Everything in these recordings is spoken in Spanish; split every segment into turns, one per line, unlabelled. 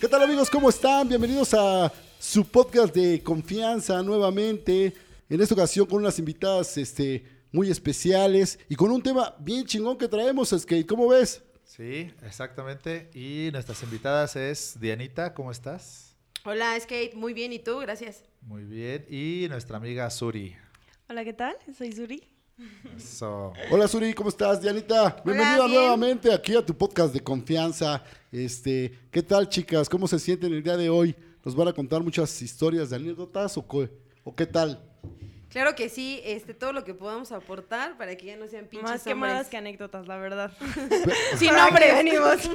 ¿Qué tal amigos? ¿Cómo están? Bienvenidos a su podcast de confianza nuevamente. En esta ocasión con unas invitadas este, muy especiales y con un tema bien chingón que traemos, Skate. ¿Cómo ves?
Sí, exactamente. Y nuestras invitadas es Dianita, ¿cómo estás?
Hola, Skate, muy bien. ¿Y tú? Gracias.
Muy bien. Y nuestra amiga Suri.
Hola, ¿qué tal? Soy Suri.
Eso.
Hola Suri, ¿cómo estás? Dianita, bienvenida
bien.
nuevamente aquí a tu podcast de confianza. Este, ¿qué tal, chicas? ¿Cómo se sienten el día de hoy? ¿Nos van a contar muchas historias de anécdotas o, co- o qué tal?
Claro que sí, este, todo lo que podamos aportar para que ya no sean pinches
Más quemadas
hombres.
que anécdotas, la verdad.
Sin nombre
venimos.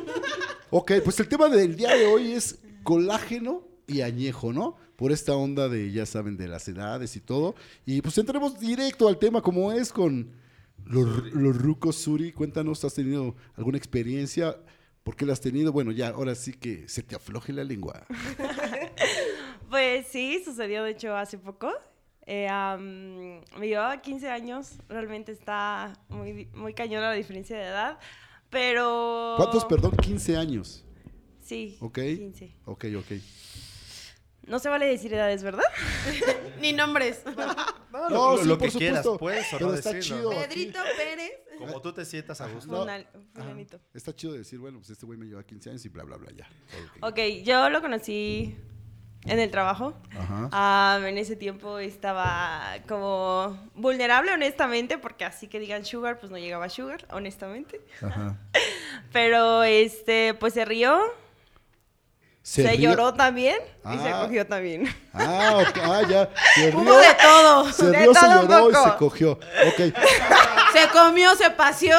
Ok, pues el tema del día de hoy es colágeno y añejo, ¿no? Por esta onda de, ya saben, de las edades y todo. Y pues entremos directo al tema como es con los, los rucos Suri. Cuéntanos, ¿has tenido alguna experiencia? ¿Por qué la has tenido? Bueno, ya, ahora sí que se te afloje la lengua.
Pues sí, sucedió de hecho hace poco. Eh, am, me llevaba 15 años, realmente está muy, di- muy cañona la diferencia de edad, pero...
¿Cuántos, perdón? 15 años.
Sí,
Ok.
15.
Ok, ok.
No se vale decir edades, ¿verdad?
Ni nombres.
No,
No, lo,
sí,
lo
por
que quieras,
supuesto,
pues, o
pero
no
está chido.
decirlo.
Pedrito Pérez. eh,
Como tú te sientas a gusto.
No. Ah.
Funal-
Ajá.
fulanito.
Está chido decir, bueno, pues este güey me lleva 15 años y bla, bla, bla, ya.
Ok, yo lo conocí en el trabajo.
Ajá.
Ah, Am, en ese tiempo estaba como vulnerable, honestamente, porque así que digan sugar, pues no llegaba sugar, honestamente.
Ajá.
Pero este, pues se rió, se,
ríe-
lloró también y se
Ah.
cogió también.
Ah, ok, ah, ya. Se rió,
Hubo de todo.
se,
de
rió, se
todo un
lloró y
poco.
se cogió. Ok.
Se comió, se paseó.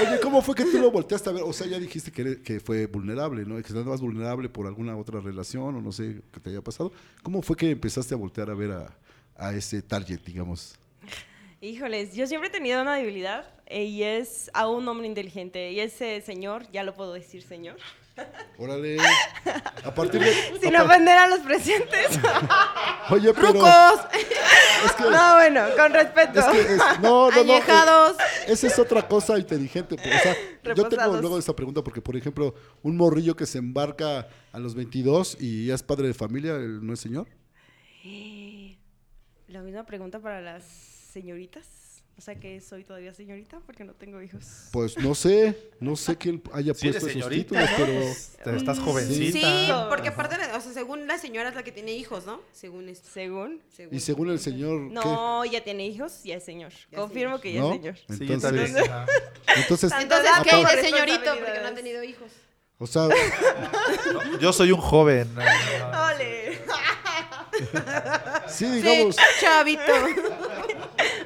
Oye, ¿cómo fue que tú lo volteaste a ver? O sea, ya dijiste que, eres- que fue vulnerable, ¿no? Que estabas vulnerable por alguna otra relación o no sé qué te haya pasado. ¿Cómo fue que empezaste a voltear a ver a, a ese target, digamos?
Híjoles, yo siempre he tenido una debilidad eh, y es a un hombre inteligente. Y ese señor, ya lo puedo decir señor,
Órale. A partir de.
sin
a par-
ofender a los presentes.
Oye, pero.
¡Rucos!
Es que.
no, bueno, con respeto.
Es que es- no, no, no.
Añejados.
eh, Esa es otra cosa inteligente. pues, o sea, yo tengo
Reposados.
luego esa pregunta porque, por ejemplo, un morrillo que se embarca a los 22 y ya es padre de familia, ¿él ¿no es señor?
La misma pregunta para las señoritas. O sea que soy todavía señorita porque no tengo hijos.
Pues no sé, no sé quién haya
Sí, eres
puesto esos
señorita,
títulos,
¿no?
pero...
Te- Estás
Sí,
jovencita.
porque aparte, o sea, según la señora es la que tiene hijos, ¿no? Según esto.
Según.
Según.
Y según el señor, ¿qué?
No, ya tiene hijos, ya es señor.
Ya es
Confirmo
señor.
que ya
¿No?
es señor.
Sí, yo
Entonces-
también. Ajá.
Entonces,
Entonces,
Ah,
¿qué?
pero-
De señorito, porque no ha
Responsabilidades.
tenido hijos.
o sea,
Yo soy un joven. No, no,
Ah,
no.
¡Ole!
sí,
Sí,
digamos.
chavito.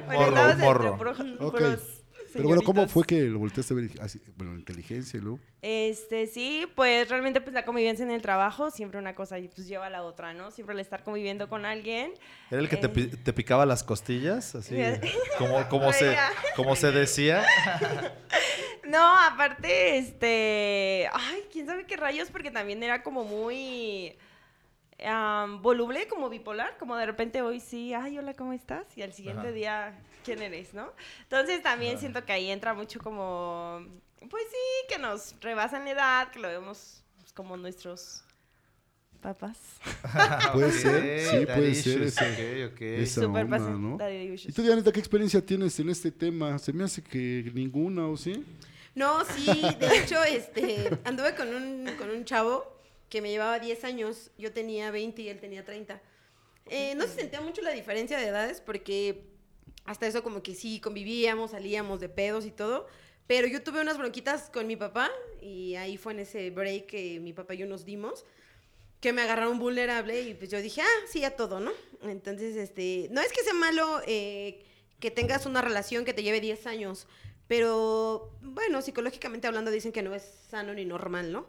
Morro,
andabas entre
morro.
puro-
Ok.
puros
Pero bueno, ¿cómo
señoritos.
fue que lo volteaste a ver? y- así, bueno, inteligencia y luego.
Este, sí, pues realmente pues la convivencia en el trabajo, siempre una cosa y, pues lleva a la otra, ¿no? Siempre el estar conviviendo con alguien.
Era el que te,
Eh.
pi- te picaba las costillas, así.
Mira.
Como, como, se,
Oiga.
como se decía.
No, aparte, este, ay, quién sabe qué rayos, porque también era como muy am, voluble, como bipolar, como de repente hoy sí, ay, hola, ¿cómo estás? Y al siguiente
Ajá.
día, ¿quién eres, no? Entonces también siento que ahí entra mucho como, pues sí, que nos rebasan la edad, que lo vemos pues, como nuestros papás.
Puede
Ok,
ser, sí,
daddy
puede ser
issues,
ese-
ok, ok.
esa
Super
onda,
pasen-
¿no?
daddy issues.
¿Y tú, Dianita, qué experiencia tienes en este tema? Se me hace que ninguna, ¿o sí?
No, sí, de hecho, este, anduve con un, con un chavo que me llevaba 10 años, yo tenía 20 y él tenía 30. Eh, no se sentía mucho la diferencia de edades porque hasta eso como que sí, convivíamos, salíamos de pedos y todo, pero yo tuve unas bronquitas con mi papá y ahí fue en ese break que mi papá y yo nos dimos que me agarraron vulnerable y pues yo dije, ah, sí, a todo, ¿no? Entonces, este, no es que sea malo eh, que tengas una relación que te lleve 10 años, pero bueno, psicológicamente hablando dicen que no es sano ni normal, ¿no?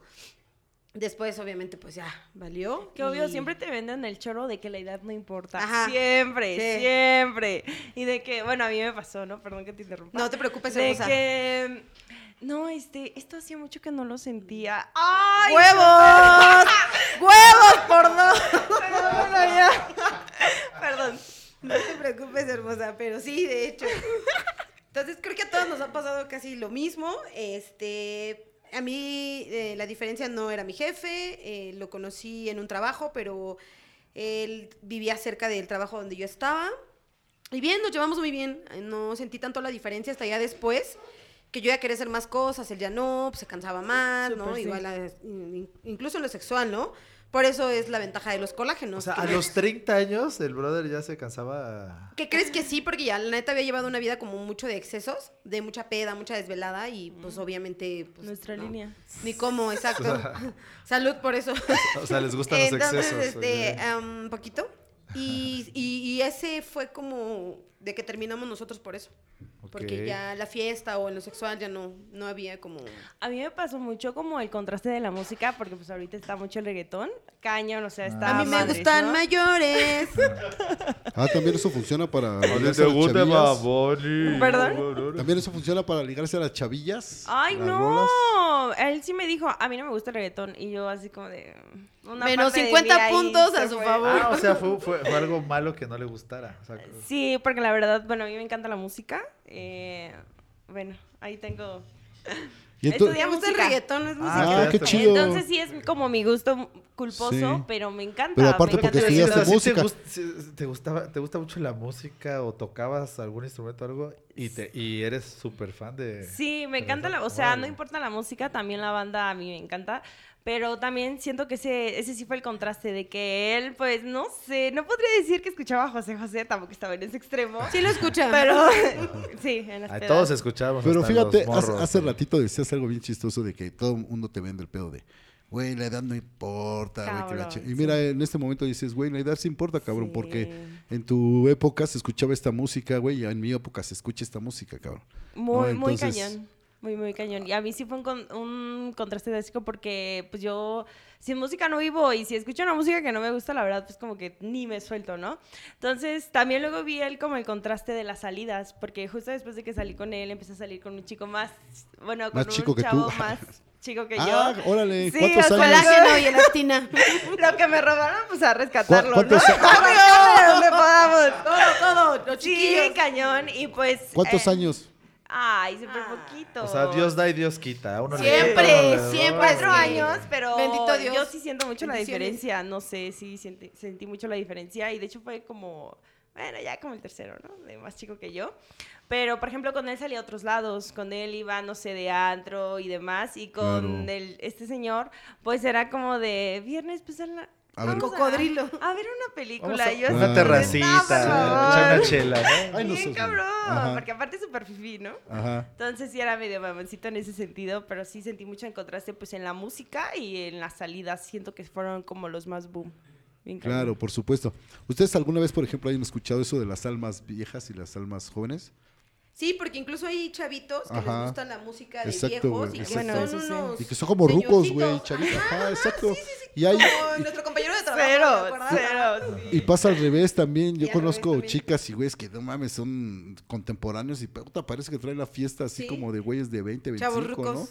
Después, obviamente, pues ya, valió.
Que obvio,
y-
siempre te venden el choro de que la edad no importa.
Ajá.
Siempre,
Sí.
siempre. Y de que, bueno, a mí me pasó, ¿no? Perdón que te interrumpa.
No te preocupes,
de
hermosa.
que, no, este, esto hacía mucho que no lo sentía. ¡Ay!
¡Huevos! ¡Huevos, por dos!
Perdón, bueno, ya. Perdón.
No te preocupes, hermosa, pero sí, de hecho. Entonces creo que a todos nos ha pasado casi lo mismo. Este, A mí eh, la diferencia no era mi jefe, eh, lo conocí en un trabajo, pero él vivía cerca del trabajo donde yo estaba. Y bien, nos llevamos muy bien. Eh, No sentí tanto la diferencia hasta ya después, que yo ya quería hacer más cosas, él ya no, pues, se cansaba más, ¿no?
Súper, sí.
Igual, a- in- incluso en lo sexual, ¿no? Por eso es la ventaja de los
O
colágenos.
sea,
que
a
no-
los 30 años el brother ya se cansaba.
¿Qué crees que sí? Porque ya la neta había llevado una vida como mucho de excesos, de mucha peda, mucha desvelada y pues obviamente... pues,
Nuestra
no.
línea.
Ni cómo, exacto. Salud por eso.
O sea, les gustan los
Entonces,
excesos.
este,
ah,
ok.
am, poquito. Y, y- y ese fue como de que terminamos nosotros por eso. Porque
Ok.
ya la fiesta o en lo sexual ya no, no había como...
A mí me pasó mucho como el contraste de la música, porque pues ahorita está mucho el reggaetón. Cañón, o sea, está.
Ah,
a mí me
madres,
gustan
¿no?
mayores.
Ah, también eso funciona para
A ti
ligarse
te
a las
gusta,
chavillas.
baboni.
¿Perdón?
También eso funciona para ligarse a las chavillas.
Ay,
las
no.
rolas.
Él sí me dijo, a mí no me gusta el reggaetón. Y yo, así como de. mm, una
Menos
parte de
50
mí ahí
puntos
se
a su
fue.
favor.
Ah, o sea, fue, fue- fue algo malo que no le gustara. o sea,
Sí, porque la verdad, bueno, a mí me encanta la música. eh, bueno, ahí tengo.
Y ento-
Estudiamos
Me gusta el
música.
reggaetón, no es
Ah,
música.
Ah, qué
creaste-
chido.
Entonces sí es como mi gusto culposo,
Sí.
pero me encanta.
Pero
me
aparte
encanta
porque
la
estudiaste
¿sí
música.
música.
Te, gust- sí, te gustaba, ¿Te gusta mucho la música o tocabas algún instrumento o algo? Y, te, y eres súper fan de...
Sí, me
de
encanta la, o
Rafael.
sea, no
Órale.
importa la música, también la banda a mí me encanta, pero también siento que ese, ese sí fue el contraste de que él, pues, no sé, no podría decir que escuchaba a José José, tampoco estaba en ese extremo,
Ah. Sí lo escuchan.
pero sí, en las
Ay,
pedas.
todos escuchábamos.
Pero
hasta los
fíjate, hace,
morros,
hace
¿no?
ratito decías algo bien chistoso de que todo el mundo te vende el pedo de, güey, la edad no importa. güey, que la
Cabrón,
chi-". y mira, en este momento dices, güey, la edad sí importa, cabrón,
Sí.
porque en tu época se escuchaba esta música, güey, y en mi época se escucha esta música, cabrón.
Muy,
No,
muy
entonces-
cañón. Muy, muy cañón. Y a mí sí fue un, con- un contraste drástico porque, pues yo, sin música no vivo y si escucho una música que no me gusta, la verdad, pues como que ni me suelto, ¿no? Entonces, también luego vi él como el contraste de las salidas, porque justo después de que salí con él, empecé a salir con un chico más, bueno, con
Más
un
chico que tú.
chavo más chico que
ah,
yo.
órale,
Sí,
¿cuántos
ojalá
años?
Colágeno y elastina.
Lo que me robaron, pues a rescatarlo, ¿no?
cuántos-
Arrancar de donde podamos.
todo, todo. Los
Sí,
chiquillos.
cañón. Y pues...
¿Cuántos
eh,
años?
Ay, súper
Ah.
poquito.
O sea, Dios da y Dios quita. a uno le
Siempre,
quita, a uno le da.
siempre.
cuatro
Sí.
años, pero
Bendito Dios.
yo sí siento mucho la
Bendiciones.
diferencia. No sé, sí sentí, sentí mucho la diferencia. Y de hecho fue como, bueno, ya como el tercero, ¿no? De más chico que yo. Pero, por ejemplo, con él salí a otros lados. Con él iba, no sé, de antro y demás. Y con
Claro.
el, este señor, pues era como de viernes, pues a la...
A ver.
vamos
Cocodrilo.
A, ver una
Vamos
película.
a
Y yo
Ah.
así
una
de,
terracita,
"No, por
echar
favor".
una chela, ¿no?
Ay, no
Bien
seas-
cabrón.
Ajá.
Porque aparte es súper fifí, ¿no?
Ajá.
Entonces sí era medio mamoncito en ese sentido, pero sí sentí mucho en contraste pues en la música y en las salidas. Siento que fueron como los más boom. Bien
Claro, por supuesto. ¿Ustedes alguna vez, por ejemplo, hayan escuchado eso de las almas viejas y las almas jóvenes?
Sí, porque incluso hay chavitos que
Ajá.
les gusta la música de
Exacto,
viejos
güey,
y que
exacto.
son
Bueno, eso sí.
unos
Y que son como rucos, güey,
señorcitos.
chavitos. Ajá, exacto. Y hay,
Como nuestro compañero de trabajo. ¿te
Cero,
acuerdas?
cero. sí.
Y pasa al revés también. Yo
Y al
conozco
revés también.
chicas y güeyes que no mames, son contemporáneos y puta, parece que traen la fiesta así
Sí.
como de güeyes de 20, 25,
Chavorrucos.
¿no?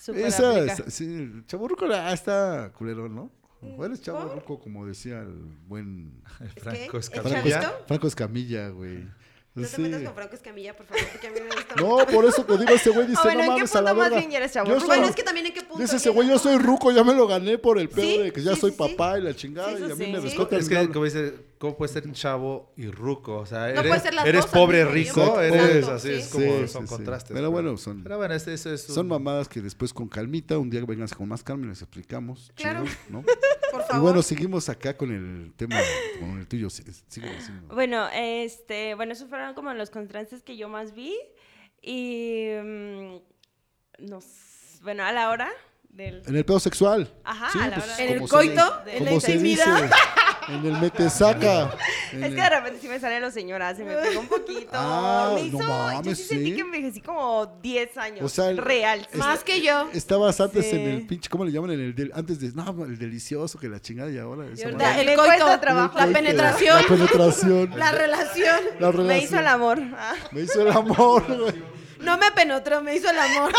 Súper
Esa,
aplica.
esa- sí, el chavorruco ah, está culero, ¿no? ¿Cuál es
Mm, ¿por?
chavorruco? Como decía el buen
Es
Franco Escamilla.
que, ¿el
Franco,
¿Chavito?
chavito?
Franco Escamilla, güey.
No te
Sí.
metas con Franco Escamilla, por favor, porque a mí me gusta
No,
mucho.
por eso que digo ese güey dice,
Ah, bueno,
no
¿en qué
mames, a la
punto más
verga.
bien ya eres
Yo
chavorruco?
soy-
Bueno, es que también en qué punto.
Dice ese
llega,
güey, yo
¿no?
soy ruco, ya me lo gané por el pedo
Sí,
de que ya
sí,
soy
sí, sí.
papá y la chingada
Sí,
y
eso
a mí
sí.
me
Sí.
respetan.
Es
me
que,
hablan.
como dice, ¿cómo puede ser chavo y ruco? O sea,
No
eres,
puede ser las
eres
dos al
pobre
mismo
rico,
tiempo.
eres
Exacto,
así,
sí.
es como
Sí,
son
sí, sí.
contrastes.
Pero bueno, son-
Pero bueno, este, eso es un-
Son mamadas que después con calmita, un día vengas con más calma y les explicamos.
Claro.
chido, ¿no?
Por
Y
favor.
bueno, seguimos acá con el tema, con el tuyo. sí- Síguelo, síguelo.
Bueno, este, bueno, esos fueron como los contrastes que yo más vi. Y mm, no s- bueno, a la hora del
En el pedo sexual.
Ajá,
Sí,
a la
pues,
hora de-
en el
como se
coito,
di-
en la
como se dice,
intimidad.
En el mete saca. en
Es
el-
que de repente sí me sale los señoras, se me pegó un poquito.
Ah,
me hizo,
no
yo
mames,
sí sentí
sí.
que envejecí como 10 años.
O sea, el-
real.
es-
Más que yo.
Estabas antes
Sí.
en el pinche, ¿cómo le llaman? En el del- antes de, no, el delicioso, que la chingada y ahora. esa
Y ahorita
madre.
el
Me
coito,
cuesta trabajo.
la
El coito,
penetración,
La penetración.
la relación.
la
Me hizo
relación.
el amor. Ah,
Me hizo el amor, güey.
No me penetró, me hizo el amor.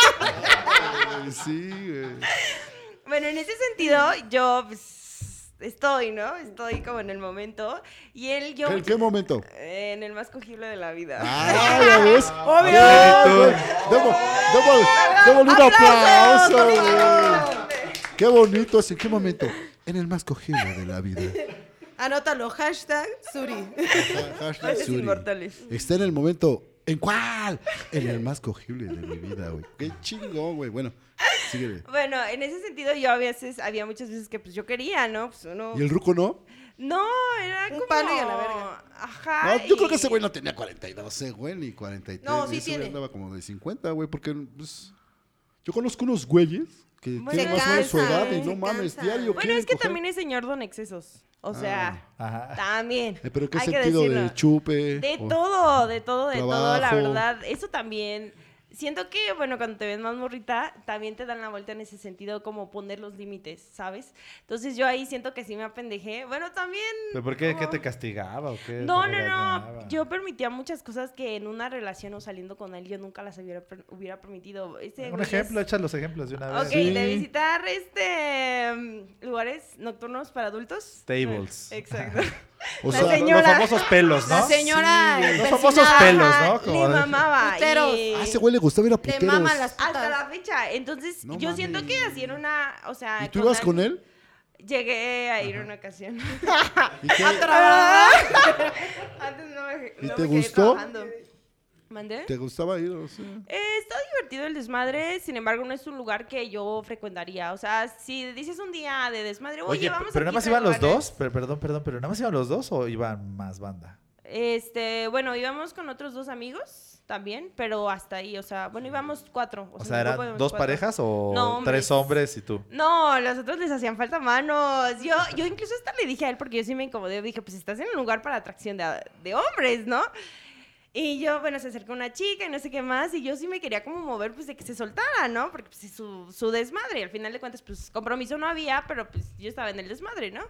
Ay, Sí, güey.
Bueno, en ese sentido, yo pues, estoy, ¿no? Estoy como en el momento. Y él, yo.
¿En qué momento?
Eh, en el más cogible de la vida.
Ah, ya ves.
Ah, Obvio.
Ah, güey. Debo, debo, ¡Qué bonito
¡Aplausos,
aplauso!
por
güey!
favor!
¡Qué bonito! ¿En qué momento? En el más cogido de la vida.
Anótalo, hashtag Suri.
Hashtag
Goles
Suri.
inmortales.
Está en el momento. ¿En cuál? En el más cogible de mi vida, güey. Qué chingón, güey. Bueno, síguele.
Bueno, en ese sentido yo a veces, había muchas veces que pues yo quería, ¿no? Pues uno...
¿Y el ruco no?
No, era
Un
como...
palo y a la verga.
Ajá.
No, yo creo que
y-
ese güey no tenía 42, eh, güey, ni 43.
No, sí
ese güey
tiene.
andaba como de 50, güey, porque pues, yo conozco unos güeyes que
Bueno,
tienen
se
más o menos su
cansan,
edad y no
se
mames,
cansan.
diario.
Bueno,
quieren
es que
coger. Ah,
también es señor don excesos. O sea,
Ajá.
también.
Eh, pero qué
hay que
sentido de
decirlo.
chupe.
De
o-
todo, de todo, de todo, la
trabajo.
verdad. Eso también. Siento que, bueno, cuando te ven más morrita, también te dan la vuelta en ese sentido, como poner los límites, ¿sabes? Entonces yo ahí siento que sí me apendejé. Bueno, también.
¿Pero por qué? ¿Qué
como-
te castigaba o qué?
No,
¿Te
no,
regañaba?
no. Yo permitía muchas cosas que en una relación o saliendo con él yo nunca las hubiera, per- hubiera permitido. Ese
Un
güey es-
ejemplo, echa los ejemplos de una
Ok,
vez.
de visitar este mm, lugares nocturnos para adultos.
Tables.
Exacto.
O
La
sea,
Los-
señora.
Los famosos pelos, ¿no?
La señora.
Sí, güey.
Los
el
famosos
vecino,
pelos,
ajá,
¿no? Como-
Le mamaba.
Puteros.
y-
Ah, ese güey le gustaba ir a
Te
puteros.
maman las
Hasta
putas.
la fecha. Entonces,
No
yo siento
mames.
que así era una. O sea.
¿Y tú ibas con él?
Llegué a ir una ocasión.
¿Y qué?
Antes no me.
¿Y
no
te
me quedé
gustó?
trabajando. ¿Mandé?
¿Te gustaba ir? O sea?
Eh, está divertido el desmadre, sin embargo, no es un lugar que yo frecuentaría. O sea, si dices un día de desmadre, oye,
Oye,
vamos
pero
aquí
nada más
a
iban los
lugares".
dos, pero perdón, perdón, pero nada más iban los dos o iban más banda.
Este, bueno, íbamos con otros dos amigos también, pero hasta ahí, o sea, bueno, íbamos cuatro.
O sea,
en
eran
grupo íbamos
dos
cuatro.
parejas o
No,
tres hombres y tú.
No, los otros les hacían falta manos. Yo, yo incluso hasta le dije a él, porque yo sí me incomodé, dije, pues estás en un lugar para atracción de, de hombres, ¿no? Y yo, bueno, se acercó una chica y no sé qué más, y yo sí me quería como mover, pues, de que se soltara, ¿no? Porque, pues, es su, su desmadre. Al final de cuentas, pues, compromiso no había, pero, pues, yo estaba en el desmadre, ¿no?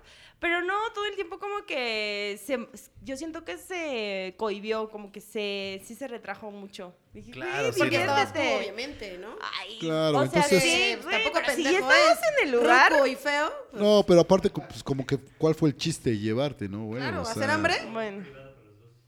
Pero no, todo el tiempo como que se- yo siento que se cohibió, como que se, sí se retrajo mucho. Dije,
Claro,
"Güey,
sí,
Porque
no.
diviértete".
estabas tú, este obviamente, ¿no?
Ay,
Claro,
o sea,
entonces-
sí,
Pues,
güey,
tampoco
pero si ya
pendejo
estabas
es.
en el lugar,
Ruco y feo. pues,
No, pero aparte, co- pues, como que, ¿cuál fue el chiste? Llevarte, ¿no, güey?
Claro,
O sea,
hacer hambre.
Bueno,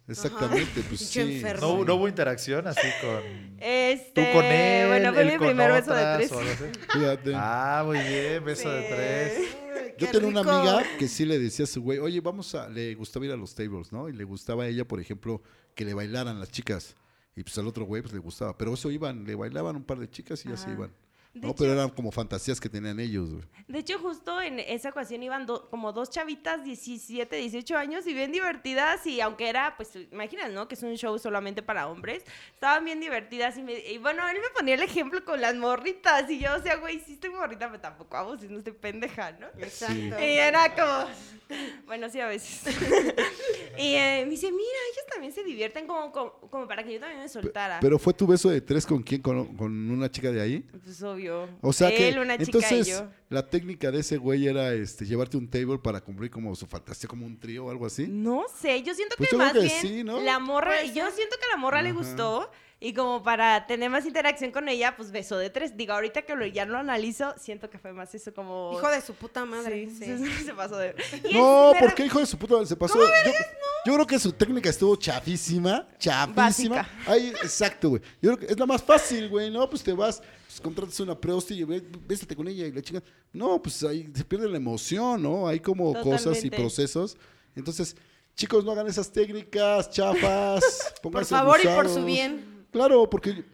Exactamente, pues
Pinche
sí.
enfermo.
No, no hubo interacción así con tú
este.
con él,
bueno, fue
él
mi
con
primer beso
otras,
de tres.
o algo así.
Fíjate.
Ah, muy bien, beso de
Sí.
tres.
Yo tenía una amiga que sí le decía a su güey, oye, vamos a, le gustaba ir a los tables, ¿no? Y le gustaba a ella, por ejemplo, que le bailaran las chicas. Y pues al otro güey pues le gustaba. Pero eso iban, le bailaban un par de chicas y ya se
Ah.
iban.
De
No, pero eran como fantasías que tenían ellos, güey.
De hecho, justo en esa ocasión iban do- como dos chavitas, 17, 18 años, y bien divertidas. Y aunque era, pues, imaginas, ¿no? Que es un show solamente para hombres. Estaban bien divertidas. Y, me- y bueno, él me ponía el ejemplo con las morritas. Y yo, o sea, güey, sí estoy morrita, pero tampoco hago si no estoy pendeja, ¿no?
Exacto.
Y era como, bueno, sí, a veces. y eh, me dice, mira, ellos también se divierten como, como, como para que yo también me soltara.
Pero fue tu beso de tres con quién, con, con una chica de ahí.
pues obvio.
O sea
Él,
que
una chica
entonces
y yo.
la técnica de ese güey era este llevarte un table para cumplir como su fantasía, como un trío o algo así.
No sé, yo siento
Pues
que
yo creo
más
que
bien
sí, ¿no?
la morra,
Puede
yo
ser.
siento que la morra le
Ajá.
gustó y como para tener más interacción con ella, pues beso de tres. Digo, ahorita que lo, ya lo analizo, siento que fue más eso como...
Hijo de su puta madre.
Sí,
sí.
se pasó de... Y
No,
es- me
porque hijo de su puta madre, se pasó. yo, yo creo que su técnica estuvo chafísima, chafísima.
Básica.
Ahí, exacto, güey. Yo creo que es la más fácil, güey, ¿no? Pues te vas, pues contratas una prosti y ve- bésate con ella y la chica. No, pues ahí se pierde la emoción, ¿no? Hay como cosas y
Totalmente.
procesos. Entonces, chicos, no hagan esas técnicas, chafas. pónganse
favor y por
abusados.
su bien.
Claro, porque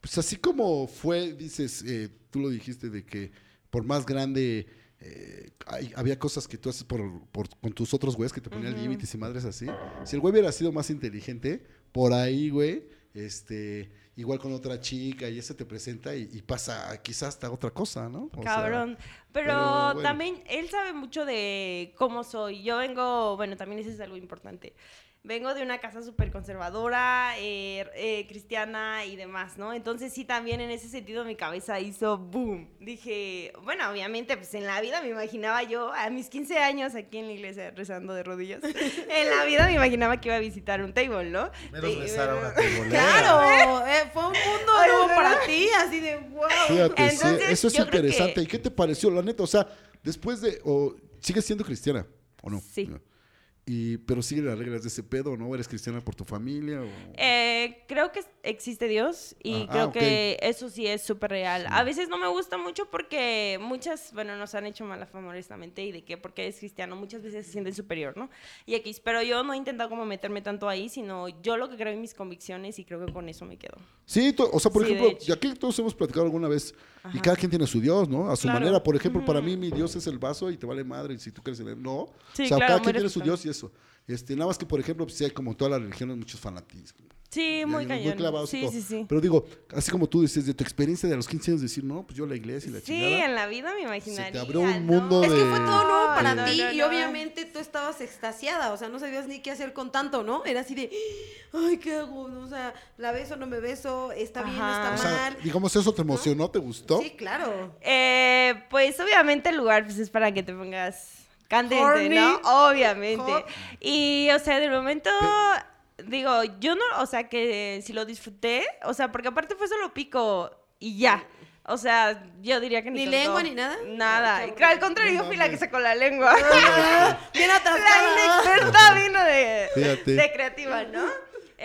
pues así como fue, dices, eh, tú lo dijiste de que por más grande eh, hay- había cosas que tú haces por, por- con tus otros güeyes que te ponían límites y madres así. Si el güey hubiera sido más inteligente, por ahí, güey, este, igual con otra chica y ese te presenta y, y pasa quizás hasta otra cosa, ¿no? O sea,
Cabrón. pero
pero bueno.
también él sabe mucho de cómo soy. Yo vengo, bueno, también eso es algo importante. Vengo de una casa súper conservadora, eh, eh, cristiana y demás, ¿no? Entonces sí, también en ese sentido mi cabeza hizo boom. Dije, bueno, obviamente, pues en la vida me imaginaba yo a mis 15 años aquí en la iglesia rezando de rodillas. en la vida me imaginaba que iba a visitar un table, ¿no?
Menos
Y-
besar a una tigolera.
Claro, eh, fue un mundo
Ay,
nuevo
¿verdad?
para ti, así de wow.
Fíjate, sí,
Entonces,
eso es
yo creo
interesante.
que-
¿Y qué te pareció, la neta? O sea, después de. O, ¿Sigues siendo cristiana o no?
Sí.
Y, pero sigue las reglas de ese pedo, ¿no? ¿Eres cristiana por tu familia? O...
Eh, creo que existe Dios y
Ah,
creo
ah, ok.
que eso sí es súper real. A veces no me gusta mucho porque muchas, bueno, nos han hecho mala fama honestamente y de que porque eres cristiano muchas veces se sienten superior, ¿no? Y X, pero yo no he intentado como meterme tanto ahí, sino yo lo que creo en mis convicciones y creo que con eso me quedo.
Sí, to- o sea, por
Sí, de
ejemplo,
hecho.
ya aquí todos hemos platicado alguna vez y
Ajá.
cada quien tiene su Dios, ¿no? A su
Claro.
manera. Por ejemplo, para mí mi Dios es el vaso y te vale madre y si tú crees en él, no.
Sí,
o sea,
claro,
cada
muy
quien tiene su
respetable.
Dios y eso. Este, nada más que, por ejemplo, pues, sí hay como en todas las religiones muchos fanatismos.
Sí,
Ya
muy
hay unos
cañón.
clavados y
sí,
todo.
sí, sí.
Pero digo, así como tú dices, de tu experiencia de los 15 años, decir, no, pues yo la iglesia y la
Sí,
chingada.
en la vida me
se
imaginaría.
te abrió un
¿no?
mundo
Es
de...
que fue todo nuevo para
No,
ti
no,
y
no.
obviamente tú estabas extasiada, o sea, no sabías ni qué hacer con tanto, ¿no? Era así de, ay, ¿qué hago? O sea, ¿la beso, no me beso? ¿Está bien, no
Ajá.
está
O
mal?
sea, digamos, eso te emocionó, te gustó.
Sí, claro.
Eh, pues obviamente el lugar pues, es para que te pongas candente,
Horny.
¿no? Obviamente.
Hot.
Y, o sea, de momento, digo, yo no, o sea, que si lo disfruté, o sea, porque aparte fue solo pico y ya. O sea, yo diría que ni
¿Ni
con
lengua
todo.
ni nada?
Nada.
Ay, qué
Al contrario, yo fui la que sacó la lengua.
Bien
La
atascada.
inexperta vino de,
Fíjate.
de creativa, ¿no?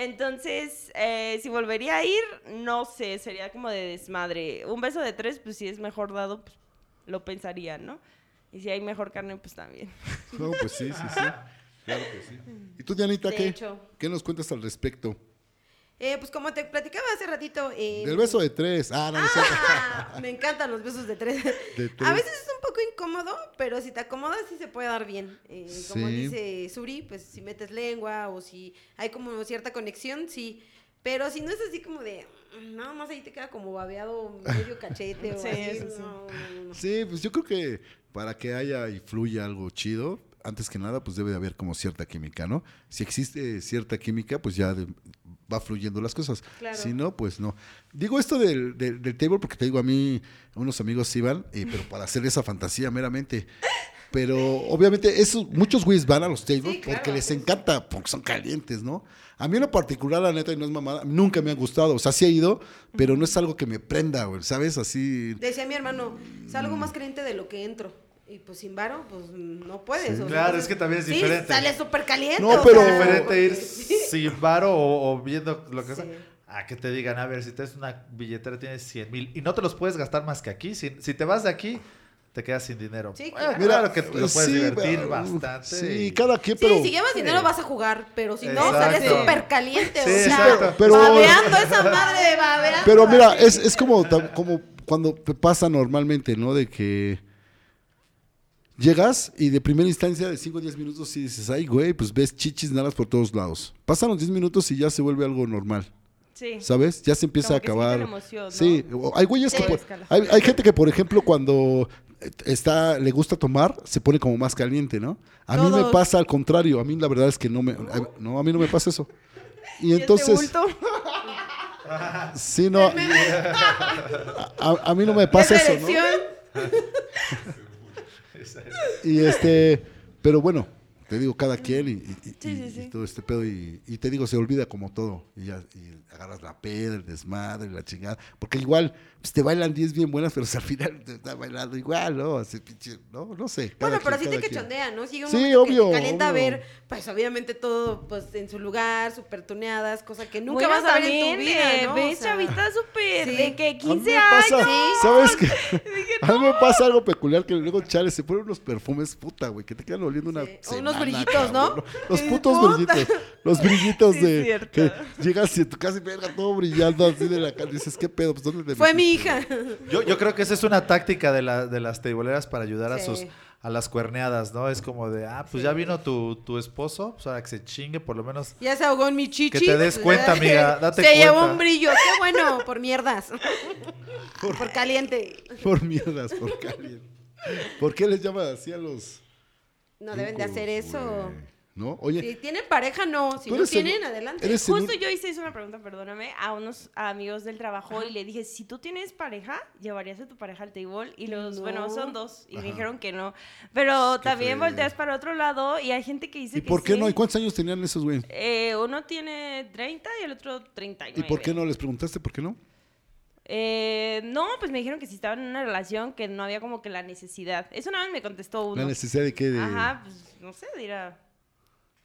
Entonces, eh, si volvería a ir, no sé, sería como de desmadre. Un beso de tres, pues si es mejor dado, pues, lo pensaría, ¿no? Y si hay mejor carne, pues también.
No, pues sí, sí, sí. Claro que sí. ¿Y tú, Dianita,
De
qué?
hecho.
¿Qué nos cuentas al respecto?
Eh, pues como te platicaba hace ratito... eh,
Del beso de tres. Ah, no, no es cierto.
Ah, Me encantan los besos de tres.
De
A
tres.
veces es un poco incómodo, pero si te acomodas sí se puede dar bien. Eh, Como
Sí.
dice Suri, pues si metes lengua o si hay como cierta conexión, sí. Pero si no es así como de, mm, nada más ahí te queda como babeado medio cachete o
Sí,
así.
eso sí.
no, no, no.
Sí, pues yo creo que para que haya y fluya algo chido, antes que nada, pues debe de haber como cierta química, ¿no? Si existe cierta química, pues ya de- va fluyendo las cosas.
Claro.
Si no, pues no. Digo esto del, del, del table porque te digo, a mí unos amigos iban, eh, pero para hacer esa fantasía meramente. Pero obviamente esos, muchos güeyes van a los tables
Sí, claro,
porque les
sí, sí.
encanta, porque son calientes, ¿no? A mí en lo particular, la neta, y no es mamada, nunca me ha gustado. O sea, sí he ido, pero no es algo que me prenda, güey, ¿sabes? Así...
Decía mi hermano, salgo más creyente de lo que entro. Y pues sin varo, pues no puedes. o sea,
Claro,
entonces-
es que también es
sí,
diferente.
sale súper caliente.
No,
o
pero-
Es
sea,
diferente ir
porque-
sin varo o, o viendo lo que
Sí.
sea. A que te digan, a ver, si tienes una billetera tienes 100 mil y no te los puedes gastar más que aquí. Si, si te vas de aquí, te quedas sin dinero.
Sí,
Eh,
claro.
claro que te lo
Sí,
puedes divertir
uh,
bastante.
Sí,
y-
cada quien,
Sí,
pero.
si llevas dinero vas a jugar, pero si no,
Exacto.
sales súper caliente.
Sí,
o sea,
exacto.
Pero-
babeando esa madre de babeando.
pero mira, es, es como, ta- como cuando te pasa normalmente, ¿no? De que llegas y de primera instancia de 5 o 10 minutos sí dices, ay, güey, pues ves chichis naras por todos lados. Pasan los 10 minutos y ya se vuelve algo normal.
Sí.
¿Sabes? Ya se empieza
Como
a
que se quita
acabar.
la emoción, ¿no?
Sí, o- hay güeyes que.
Sí.
por-
Escala.
hay, hay gente que, por ejemplo, cuando eh, está le gusta tomar, se pone como más caliente, ¿no? A mí me
Todos.
pasa al contrario. A mí la verdad es que no me. a- no, a mí no me pasa eso. Y
este
entonces.
bulto,
sí, no. A, a mí no me pasa eso, ¿no?
Erección.
Y este. Pero bueno, te digo, cada quien y, y- y-
Sí,
y-
sí, sí.
y todo este pedo. Y, y te digo, se olvida como todo. Y, ya, y agarras la pedra, el desmadre, la chingada. Porque igual, pues te bailan 10 bien buenas, pero al final te está bailando igual, ¿no? Así, pinche, no, no sé. cada
Bueno, pero
quien,
sí te
cada quien.
quechondea, ¿no? Sigue un
Sí,
momento que te
obvio,
calienta
obvio.
ver, pues obviamente todo pues en su lugar, súper tuneadas, cosa que nunca
bueno,
vas a ver en
también,
tu vida,
eh,
¿no? O
Ves,
sea,
chavita, súper,
Sí.
de que
A mí
15
me pasa-
años.
¿Sabes qué? A mí me pasa algo peculiar que luego, chale, se ponen unos perfumes, puta, güey, que te quedan oliendo una.
Sí, o
semana,
unos brillitos, ¿no?
Los
Sí,
putos
puta.
brillitos. Los brillitos
Sí, es
de.
cierto.
Que llegas y en tu casa y verga todo brillando así de la cara. Dices, ¿qué pedo? Pues, ¿dónde te
Fue
metiste?
mi hija.
Yo, yo creo que esa es una táctica de, la- de las teiboleras para ayudar
Sí.
a sus a las cuerneadas, ¿no? Es como de, ah, pues ya vino tu, tu esposo, pues ahora que se chingue, por lo menos.
Ya se ahogó en mi chichi.
Que te des cuenta, amiga, date
se llevó
cuenta.
un brillo. Qué bueno, por mierdas. por caliente.
Por mierdas, por caliente. ¿Por qué les llaman así a los.?
No deben de hacer eso.
güey? ¿No? Oye.
Si tienen pareja, no. Si
tú
no
eres el-
tienen, adelante.
eres el
Justo
un-
yo hice hice una pregunta, perdóname, a unos amigos del trabajo y le dije, si tú tienes pareja, ¿llevarías a tu pareja al table? Y los,
No.
bueno, son dos, y me
Ajá.
dijeron que no. Pero
Qué
también
feo.
volteas para otro lado y hay gente que dice
¿Y
que
por qué
sí.
no? ¿Y cuántos años tenían esos, güey?
Eh, uno tiene 30 y el otro 39.
¿Y por qué no les preguntaste por qué no?
Eh, no, pues me dijeron que si estaban en una relación que no había como que la necesidad. Eso una vez me contestó uno.
La necesidad de que. De...
Ajá, pues no sé, dirá.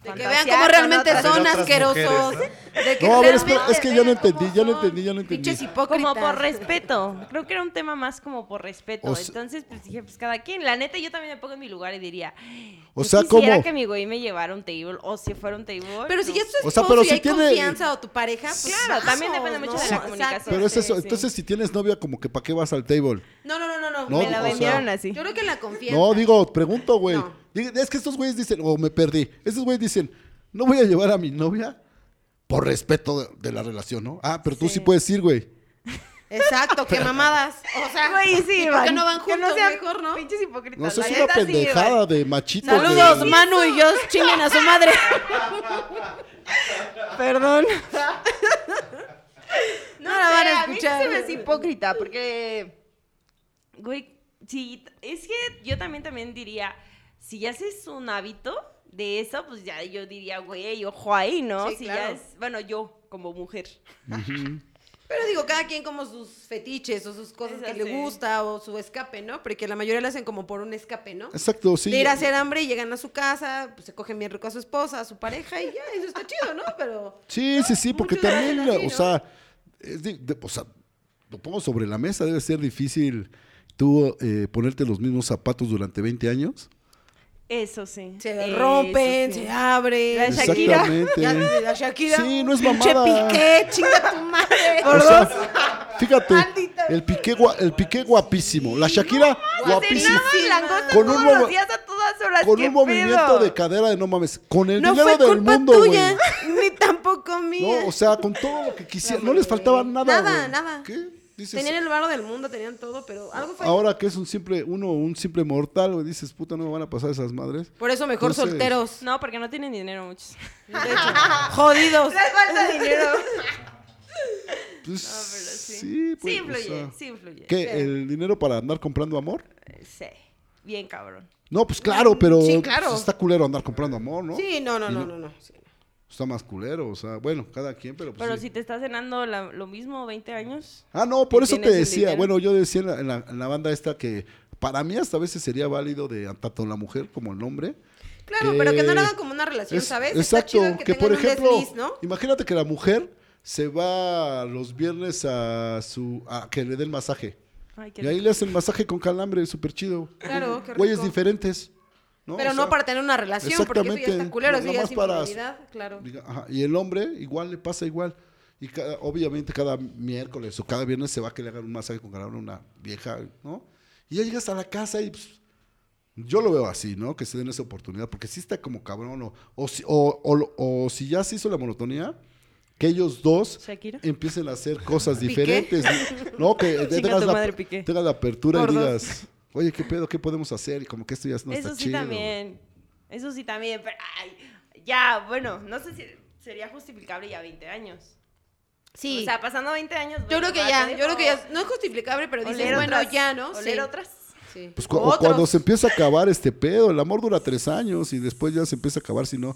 De que
Fantasear
vean cómo
con
realmente
otras-
son
Con otras
asquerosos.
mujeres,
de que
No, a ver,
realmente
espera, es que ya no
vean cómo
entendí, ya no
son.
entendí, ya no entendí.
Pinches hipócritas.
Como por respeto. Creo que era un tema más como por respeto.
O sea-
Entonces, pues dije, pues cada quien. La neta, yo también me pongo en mi lugar y diría.
O
O
sea,
sea, quisiera
¿cómo?
que mi güey me llevara un table o si fuera un table.
Pero si
no
ya es tu esposo
O sea, pero
y
si
hay
tiene-
confianza o tu pareja, pues
Claro, también
vasos,
depende mucho
¿no?
de la comunicación.
Pero es
Sí,
eso.
sí.
Entonces, si tienes novia, como que ¿para qué vas al table?
No, no, no, no, no.
No,
Me la
o
vendieron
sea-
así.
Yo creo que en la confianza.
No, digo, pregunto, güey.
No.
Diga- Es que estos güeyes dicen, o me perdí. Estos güeyes dicen, no voy a llevar a mi novia por respeto de, de la relación, ¿no? Ah, pero tú sí puedes ir, güey.
Exacto, qué mamadas. O sea,
Güey, sí,
¿y por qué
van.
no van juntos
sean
mejor, no?
Pinches hipócritas.
No, eso
la
es una
neta, sí,
pendejada
van.
de machito.
Saludos,
güey.
Manu y yo chinguen a su madre.
Perdón.
No la van a
mí sí
escuchar.
se me hace hipócrita porque, güey, sí, es que yo también también diría, si ya haces un hábito de eso, pues ya yo diría, güey, ojo ahí, ¿no?
Sí,
si
claro.
ya es, bueno, yo como mujer.
Pero digo, cada quien como sus fetiches o sus cosas
Eso
que le
sí.
gusta o su escape, ¿no? Porque la mayoría lo hacen como por un escape, ¿no?
Exacto, sí.
de ir a hacer hambre y llegan a su casa, pues se cogen bien rico a su esposa, a su pareja y ya, eso está chido, ¿no? Pero
Sí, sí, sí, porque
muchos
también,
hacen así,
o
¿no?
sea, es di- de- o sea, lo pongo sobre la mesa, debe ser difícil tú eh, ponerte los mismos zapatos durante 20 años.
Eso sí.
se
Eso
rompen,
sí.
se abren.
La Shakira.
Ya,
Exactamente.
la Shakira.
Sí, no es
pinche
mamada.
piqué, chinga tu madre.
O sea, fíjate,
Maldita
el piqué, gua- el piqué guapísimo, la Shakira guapísima.
Cenaban langostas
Con un
todos
movi-
los días a todas horas.
Con
¿qué
un movimiento
pedo?
de cadera de no mames, con el
no
dinero
fue
del
culpa
mundo, güey.
tuya, ni tampoco mía.
No, o sea, con todo lo que quisiera, no les faltaba nada,
Nada,
güey.
nada.
¿Qué? Dices,
tenían el barro del mundo, tenían todo, pero algo fue.
ahora que es un simple uno, un simple mortal, güey, dices, puta, no me van a pasar esas madres.
Por eso mejor
Entonces-
solteros.
No, porque no tienen dinero muchos.
de hecho. Jodidos.
Les falta dinero.
Pues,
sí.
sí. pues,
Sí
o
influye,
sea,
sí influye.
¿Qué? ¿El dinero para andar comprando amor?
Sí. Bien cabrón.
No, pues claro, pero
sí, claro.
pues, está culero andar comprando amor, ¿no?
Sí, no, no,
Y
no, no, no. sí.
Está más culero, o sea, bueno, cada quien, pero pues
Pero
sí.
si te estás cenando la- lo mismo 20 años.
Ah, no, por
Si
eso te
tienes el
decía,
dinero.
bueno, yo decía en la, en la- en la banda esta que para mí hasta a veces sería válido de tanto la mujer como el hombre.
Claro,
que
pero que no lo hagan como una relación,
Eh, es-
¿sabes? Está
Exacto,
chido
que,
tengan
por
un
ejemplo,
desliz, ¿no?
imagínate que la mujer se va los viernes a su a que le den masaje.
Ay, qué
Y ahí le hacen masaje con calambre, súper chido.
Claro, qué
Güeyes
rico.
diferentes. ¿no?
Pero
O
no
sea,
para tener una relación, porque eso ya está
exactamente,
culero,
no-
eso ya
nomás
es
para-
infidelidad, claro.
Diga, ajá, Y el hombre igual le pasa igual. Y cada- obviamente cada miércoles o cada viernes se va a que le hagan un masaje con calambre a una vieja, ¿no? Y ya llegas a la casa y pues, yo lo veo así, ¿no? Que se den esa oportunidad, porque sí está como cabrón. O, o, si, o- o lo- o si ya se hizo la monotonía, que ellos dos
Shakira.
empiecen a hacer cosas
Piqué.
diferentes. No, que
Chinga
tengas
tu
la,
madre, Piqué.
tengas la apertura
Por
y
dos.
digas, oye, ¿qué pedo? ¿Qué podemos hacer? Y como que esto ya no
Eso
está
sí
chido.
también. Eso sí también. Pero, ay, ya, bueno, no sé si sería justificable ya 20 años.
Sí.
O sea, pasando 20 años.
yo
bueno,
creo que
va,
ya,
te
yo creo que
dejo
ya no es justificable, pero dices,
oler
bueno,
otras,
ya, ¿no?
Oler
Sí,
otras.
sí.
Pues cu- o
Otros.
cuando se empieza a acabar este pedo, el amor dura tres años y después ya se empieza a acabar, si no,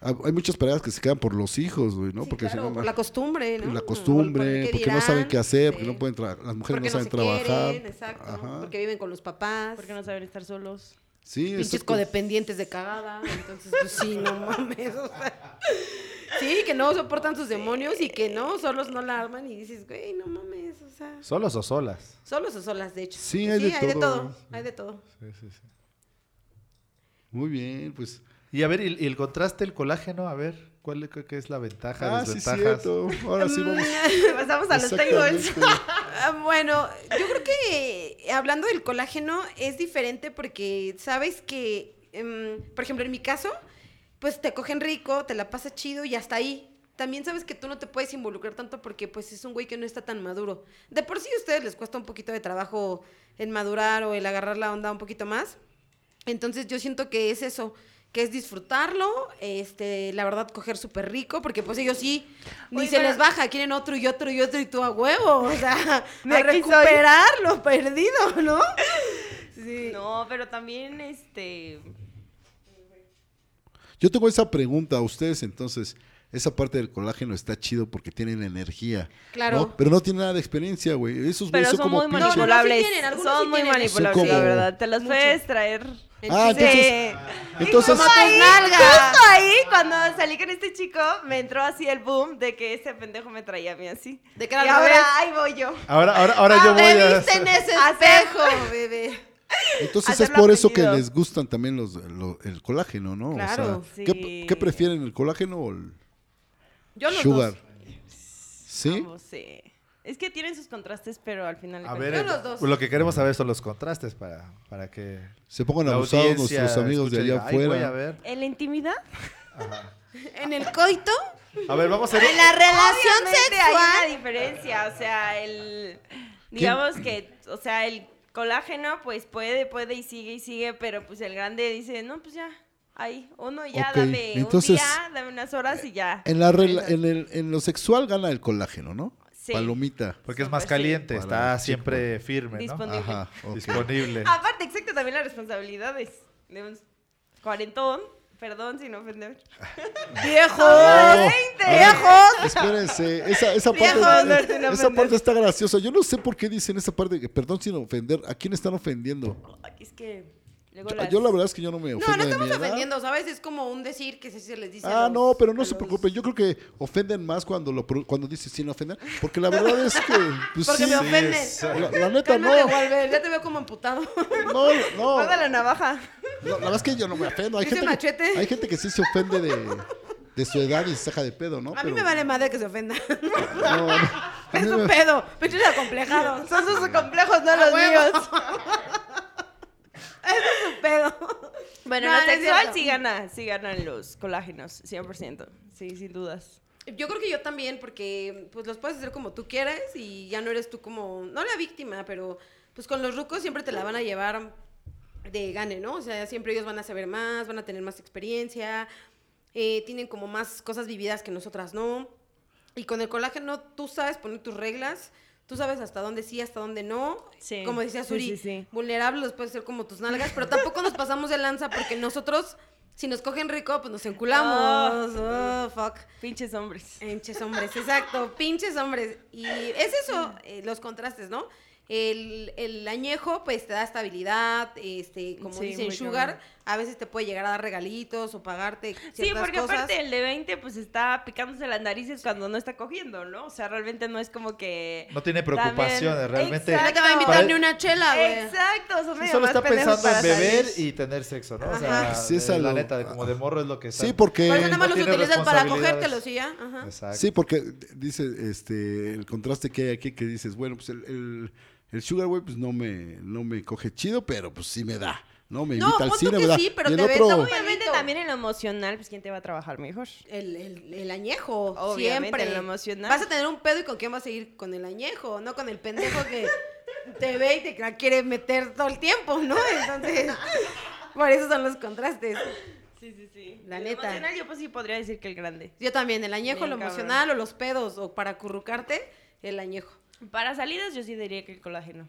ha- hay muchas parejas que se quedan por los hijos, güey, ¿no?
Sí,
porque si
claro,
no,
por la costumbre, ¿no?
la costumbre,
Por- por el
porque
qué
no saben
dirán,
qué hacer,
sí.
porque no pueden tra- las mujeres
Porque
no saben
se quieren,
trabajar.
exacto,
Ajá.
porque viven con los papás.
Porque no saben estar solos.
Sí,
pinches
exacto.
codependientes de cagada, entonces pues sí, no mames, o sea, sí, que no soportan sus demonios y que no, solos no la arman y dices, güey, no mames, o sea,
¿Solos o solas?
solos o solas, de hecho.
Sí, hay de todo.
hay de todo.
Sí, sí, sí.
Muy bien, pues.
Y a ver, y, y el contraste, el colágeno, a ver, ¿cuál es, qué es la ventaja,
Ah, sí,
desventajas?
cierto. Ahora sí vamos.
Pasamos a los tables.
Exactamente.
Ah, bueno, yo creo que eh, hablando del colágeno es diferente porque sabes que, em, por ejemplo, en mi caso, pues te cogen rico, te la pasa chido y hasta ahí. También sabes que tú no te puedes involucrar tanto porque pues es un güey que no está tan maduro. De por sí a ustedes les cuesta un poquito de trabajo el madurar o el agarrar la onda un poquito más. Entonces yo siento que es eso, que es disfrutarlo, este, la verdad coger súper rico, porque pues ellos sí, ni
Oye,
se
pero-
les baja, quieren otro y otro y otro y tú a huevo, o sea,
Me
a
aquí soy.
recuperar lo perdido, ¿no? Sí.
No, pero también, este.
Yo tengo esa pregunta a ustedes, entonces. Esa parte del colágeno está chido porque tienen energía.
Claro.
¿no? Pero no tienen nada de experiencia, güey. Esos
Pero
güeyes son
son
Pues como
muy
pinches-
No, no, no, sí
manipulables.
tienen, algunos
son
sí
muy
tienen eso.
manipulables,
Son
la
como-
verdad. Te los
Mucho.
puedes traer
Ah, entonces. entonces-
Entonces,
Como tus
ahí,
nalgas.
justo ahí, cuando salí con este chico, me entró así el boom de que ese pendejo me traía a mí así.
De
y
cara al
ahora
revés.
ahí voy yo.
Ahora, ahora, ahora Ah, yo voy
Me
a.
viste en ese
Hacer-
espejo, bebé.
Entonces es
Hacerlo
por eso que
aprendido.
les gustan también los, lo- el colágeno, ¿no?
Claro,
o sea, ¿qué-
sí.
¿qué, prefieren, el colágeno o el
Yo los
sugar?
dos.
¿Sí?
Ambos, sí. Es que tienen sus contrastes, pero al final. de
A
cuentas-
ver,
Yo
eh,
los dos.
lo que queremos saber son los contrastes para, para que.
Se pongan
la
abusados
audiencia
pues, nuestros amigos de
escuche y
allá
diga, "Ay,
afuera.
güey, a ver.
En la intimidad,
Ajá.
En el coito,
A ver, vamos a ver.
en la relación
obviamente hay
sexual.
una diferencia. O sea, el. Digamos que, o sea, el colágeno, pues puede, puede y sigue y sigue, pero pues el grande dice, no, pues ya, ahí, uno y ya,
Ok,
dame
entonces-
un día, dame unas horas y ya.
En, la rela- en, el- en lo sexual gana el colágeno, ¿no?
Sí.
Palomita.
Porque es
Súper,
más
Pues
sí.
caliente,
Para el
está
chico.
siempre firme, ¿no? Ah,
Disponible.
Ajá, ok.
Disponible.
Aparte, exacto, también las responsabilidades de un cuarentón, perdón sin ofender.
Viejos.
Oh, A ver,
Viejos.
Espérense, esa, esa
Viejos, no,
parte,
sin
esa
ofender.
parte está graciosa. Yo no sé por qué dicen esa parte, que, perdón sin ofender, ¿a quién están ofendiendo?
Ay, Es que luego
Yo,
las-
yo la verdad es que yo no me ofendo
No, no
de
estamos
mi edad.
ofendiendo, ¿sabes? Es como un decir que sí se les dice. a
Ah,
los-
no, pero no
a
se
los-
preocupen. Yo creo que ofenden más cuando lo pro- cuando dices sin ofender, porque la verdad es que pues,
Porque
sí,
me ofenden.
es-
la, la neta no.
Cálmate, Walbert, ya te veo como amputado.
No, no.
Guarda la navaja.
No, la verdad es que yo no me ofendo. Hay
Dice
gente,
machete.
que, hay gente que sí se ofende de, de su edad y se saca de pedo, ¿no?
A mí
Pero-
me vale madre que se ofenda.
no, no. A
Es
mí
un
me-
pedo. Pinches acomplejados.
Son sus complejos, no los
huevo.
míos.
Es un pedo.
Bueno,
No, no
en lo
es
sexual
cierto.
sí gana, sí ganan los colágenos, 100%. Sí, sin dudas.
Yo creo que yo también, porque pues los puedes hacer como tú quieras y ya no eres tú como, no la víctima, pero pues con los rucos siempre te la van a llevar de gane, ¿no? O sea, siempre ellos van a saber más, van a tener más experiencia, eh, tienen como más cosas vividas que nosotras no. Y con el colágeno tú sabes poner tus reglas, tú sabes hasta dónde sí, hasta dónde no.
Sí,
como decía
sí,
Suri,
sí, sí.
vulnerables los puedes hacer como tus nalgas, pero tampoco nos pasamos de lanza porque nosotros, si nos cogen rico, pues nos enculamos.
Ah.
Oh, fuck.
Pinches hombres.
Pinches hombres, exacto, pinches hombres. Y es eso, eh, los contrastes, ¿no? El, el añejo, pues te da estabilidad, este, como
Sí,
dicen,
muy
sugar,
cabrón.
a veces te puede llegar a dar regalitos o pagarte ciertas
Sí, porque
cosas.
aparte el de 20 pues está picándose las narices cuando no está cogiendo, ¿no? O sea, realmente no es como que...
No tiene
También-
preocupaciones, realmente.
No te va a
Exacto.
invitar
Para-
ni una chela, Ah, güey.
Exacto, son
Sí,
medio
solo
más
está
pendejos
pensando en
para
beber
salir.
y tener sexo, ¿no? O
Ajá.
sea,
Sí, es
de-
algo-
la neta, de- como de morro es lo que está.
Sí, porque
Por eso nada más
No
los
tiene
utilizas para
responsabilidades.
cogértelos y ya. Ajá.
Exacto.
Sí, porque dice este el contraste que hay aquí que dices, bueno, pues el, el, el Sugar Way pues no me no me coge chido, pero pues sí me da. No me
No,
invita al
pon tú
cine,
que
¿verdad?
sí, pero
y el
te ves,
otro
no, güey.
Obviamente
Palito.
también en lo emocional, pues ¿quién te va a trabajar mejor?
El, el- el añejo,
Obviamente,
siempre.
lo emocional.
Vas a tener un pedo y con quién vas a ir con el añejo, no con el pendejo que te ve y te la quiere meter todo el tiempo, ¿no? Entonces, por eso son los contrastes.
Sí, sí, sí.
La
El
neta.
emocional yo pues sí podría decir que el grande.
Yo también, el añejo,
Bien,
lo
cabrón.
emocional o los pedos, o para currucarte, el añejo.
Para salidas yo sí diría que el colágeno.